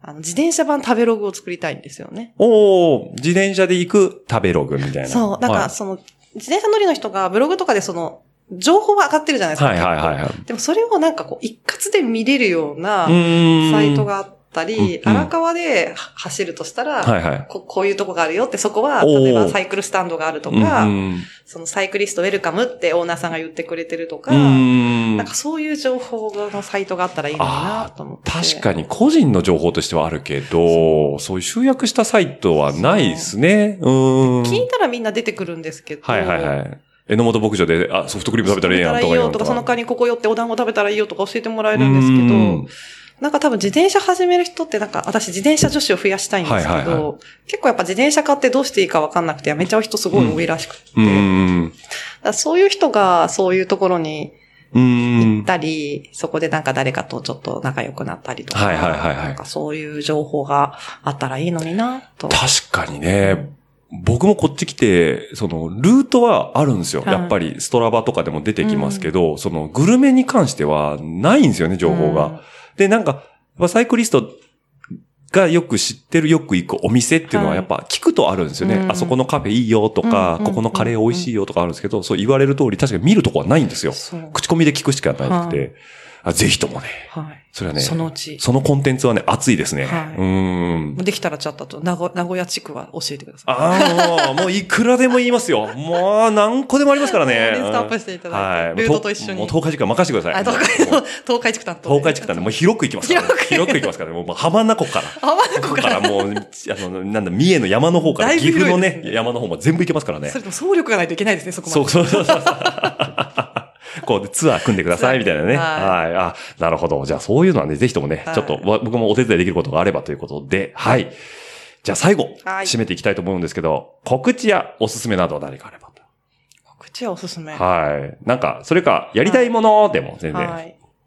あの自転車版食べログを作りたいんですよね。おお自転車で行く食べログみたいな。そう。なんか、はその、自転車乗りの人がブログとかでその、情報は上がってるじゃないですい、か。はいはいはいい。はい。でもそれをなんかこう、一括で見れるようなうーん。サイト。があっうたんうんり、荒川では走るとしたら、はいはい。ここういうとこがあるよって、そこは、おー例えばサイクルスタンドがあるとか、うんそのサイクリストウェルカムってオーナーさんが言ってくれてるとか、うん。うーなんんかそういう情報のサイトがあったらいいのになと思って。確かに個人の情報としてはあるけど、そういう集約したサイトはないですね。うーん。聞いたらみんな出てくるんですけど。はいはいはい。榎本牧場で、あ、ソフトクリーム食べたらええやんと食べたらいいかよとか、その代わりにここ寄ってお団子食べたらいいよとか教えてもらえるんですうーけんど、なんか多分自転車始める人ってなんか、私自転車女子を増やしたいんですけど、はいはいは結構やっぱ自転車買ってどうしていいかわかんなくてやめちゃう人すごい多いらしくて、うだーん。からそういう人がそういうところにうー行っん。たり、そこでなんか誰かとちょっと仲良くなったりとか、はいはいはいはいなんかそういう情報があったらいいのになと。確かにね、僕もこっち来て、その、ルートはあるんですよ。はいやっぱり、ストラバとかでも出てきますけど、その、グルメに関しては、ないんですよね、情報が。で、なんか、やっぱサイクリストがよく知ってる、よく行くお店っていうのは、はいやっぱ聞くとあるんですよね。うんあそこのカフェいいよとうかん、うんここのカレー美味しいよとかあるんですけど、そう言われる通り、確かに見るとこはないんですようん。そう。口コミで聞くしかなくて、あぜひともね、はい。それはね、そのうち。そのコンテンツはね、熱いですね。はいうん。できたらちょっと、名古名古屋地区は教えてください。ああ、もう、もういくらでも言いますよ。もう、何個でもありますからね。リストアップしていただいて、はルートと一緒もうに。東海地区は任せてくださあい。東海もうの、 東海地区担当。東海地区なんで、もう広く行きますから、ね。広く広く行きますからね。もう、浜名湖から。あ、まこだこここか。かららもう、あの、なんだ、三重の山の方から、だいぶ岐阜の広いねで、すね山の方も全部行けますからねそ。れとも総力がないといけないですね、そこまで。そうそうそうそう。 こうでツアー組んでくださいみたいなね。ツアーはい。あ、なるほど。じゃあそういうのはね、ぜひともね、はいちょっとわ僕もお手伝いできることがあればということで、はい。じゃあ最後、はい締めていきたいと思うんですけど、告知やおすすめなどは何かあればと。告知はおすすめ。ははい。なんか、それか、やりたいものでも全然。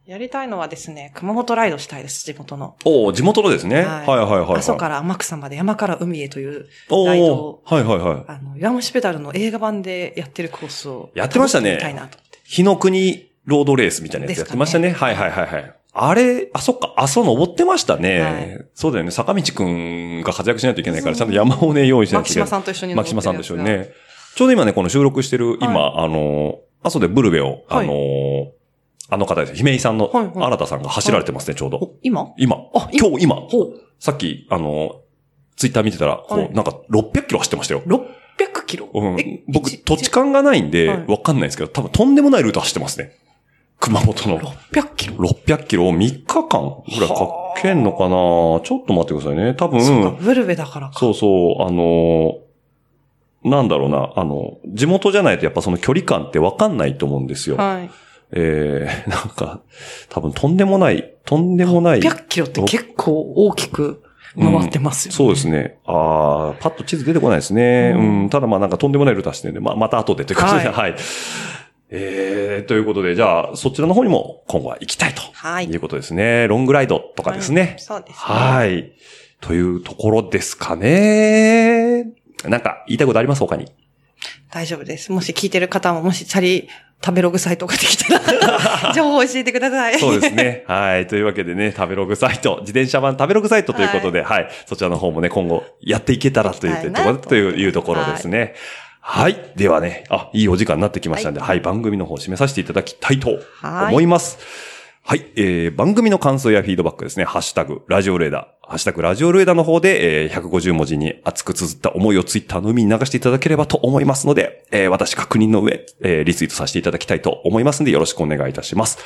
い。やりたいのはですね、熊本ライドしたいです、地元の。おお地元のですね。ははいいはいはいはい。阿蘇から天草まで山から海へという、おライドおをはいはいはい。あの、岩虫ペダルの映画版でやってるコースを。やってましたねみたいなと思って。日の国ロードレースみたいなやつやってましたね。ですかはいねはいはいはい。あれ、あ、そっか、あ、そう登ってましたね。はいそうだよね。坂道くんが活躍しないといけないから、ちゃそうんと山をね、用意しないと牧いけな島い。さんと一緒に牧島さんと登一緒ってにるやつが。ね。ちょうど今ね、この収録してる、今、あの、阿蘇でブルベを、あはいの、あの方です。姫井さんの、はいはい新田さんが走られてますね、ちょうど。お今今。あ今今日、今。ほう。さっき、あの、ツイッター見てたら、はこ、いうなんか600キロ走ってましたよ。 600キロ。うんえ、僕、一土地勘がないんで、はいわかんないですけど、多分とんでもないルート走ってますね。熊本の。 600キロ。 600キロを3日間ぐらいかけんのかなちょっと待ってくださいね。多分、そうそか、ブルベだからか。うそう、あのーなんだろうな、あの、地元じゃないとやっぱその距離感ってわかんないと思うんですよ。はい。えー、なんか、多分とんでもない、とんでもない。 100キロって結構大きく回ってますよ、そうですね。ああ、パッと地図出てこないですね。う、うんんただまあなんかとんでもないルート走ってるんで、まあまた後でということで、ははいい。えー、ということで、じゃあ、そちらの方にも今後は行きたいと。。はいいうことですね。ロングライドとかですね。そうです、ね。。はいい。というところですかね。なんか、言いたいことあります他に。大丈夫です。もし聞いてる方も、もしチャリ、食べログサイトができた ら、情報を教えてくださ い。そうですね。はい。というわけでね、食べログサイト、自転車版食べログサイトということで、はい、そちらの方もね、今後やっていけたらというはいところというなんというところですね。はい。ではね、あ、いいお時間になってきましたんで、はい、番組の方を締めさせていただきたいとはい思います。はい、えー、番組の感想やフィードバックですね、ハッシュタグ、ラジオレーダー、ハッシュタグ、ラジオレーダーの方で、えー、150文字に熱く綴った思いをツイッターの海に流していただければと思いますので、えー、私確認の上、えー、リツイートさせていただきたいと思いますので、よろしくお願いいたします。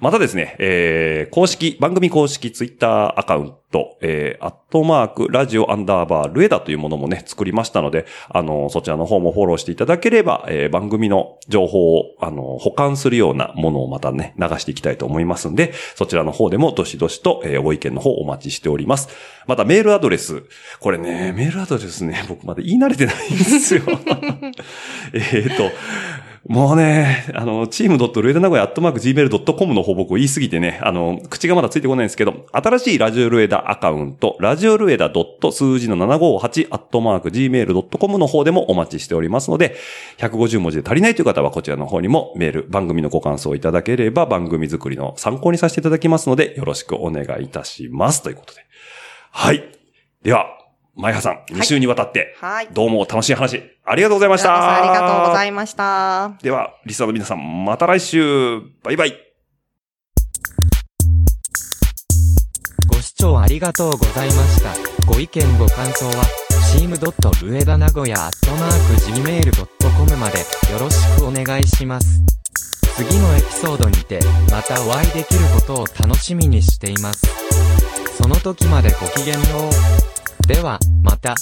またですね、えー、公式、番組公式ツイッターアカウント、えー、アットマーク、ラジオアンダーバー、ルエダというものもね、作りましたので、あの、そちらの方もフォローしていただければ、えー、番組の情報を、あの、保管するようなものをまたね、流していきたいと思いますんで、そちらの方でもどしどしと、えー、ご意見の方お待ちしております。またメールアドレス。これね、メールアドレスね、僕まだ言い慣れてないんですよ。えっと、もうね、あの、チームドットルエダ名古屋アットマーク gmail.com の方僕言いすぎてね、あの、口がまだついてこないんですけど、新しいラジオルエダアカウント、ラジオルエダドット数字の758アットマーク gmail.com の方でもお待ちしておりますので、150文字で足りないという方はこちらの方にもメール、番組のご感想をいただければ番組作りの参考にさせていただきますので、よろしくお願いいたします。ということで。はい。では、前葉さん、2週にわたって、はい。どうも楽しい話、ありがとうございま村し田さた。んありがとうございました。では、リスナーの皆さん、また来週バイバイご視聴ありがとうございました。ご意見ご感想は、チームドット上田名古屋アットマーク Gmail.com までよろしくお願いします。次のエピソードにて、またお会いできることを楽しみにしています。その時までごきげんよう。では、また。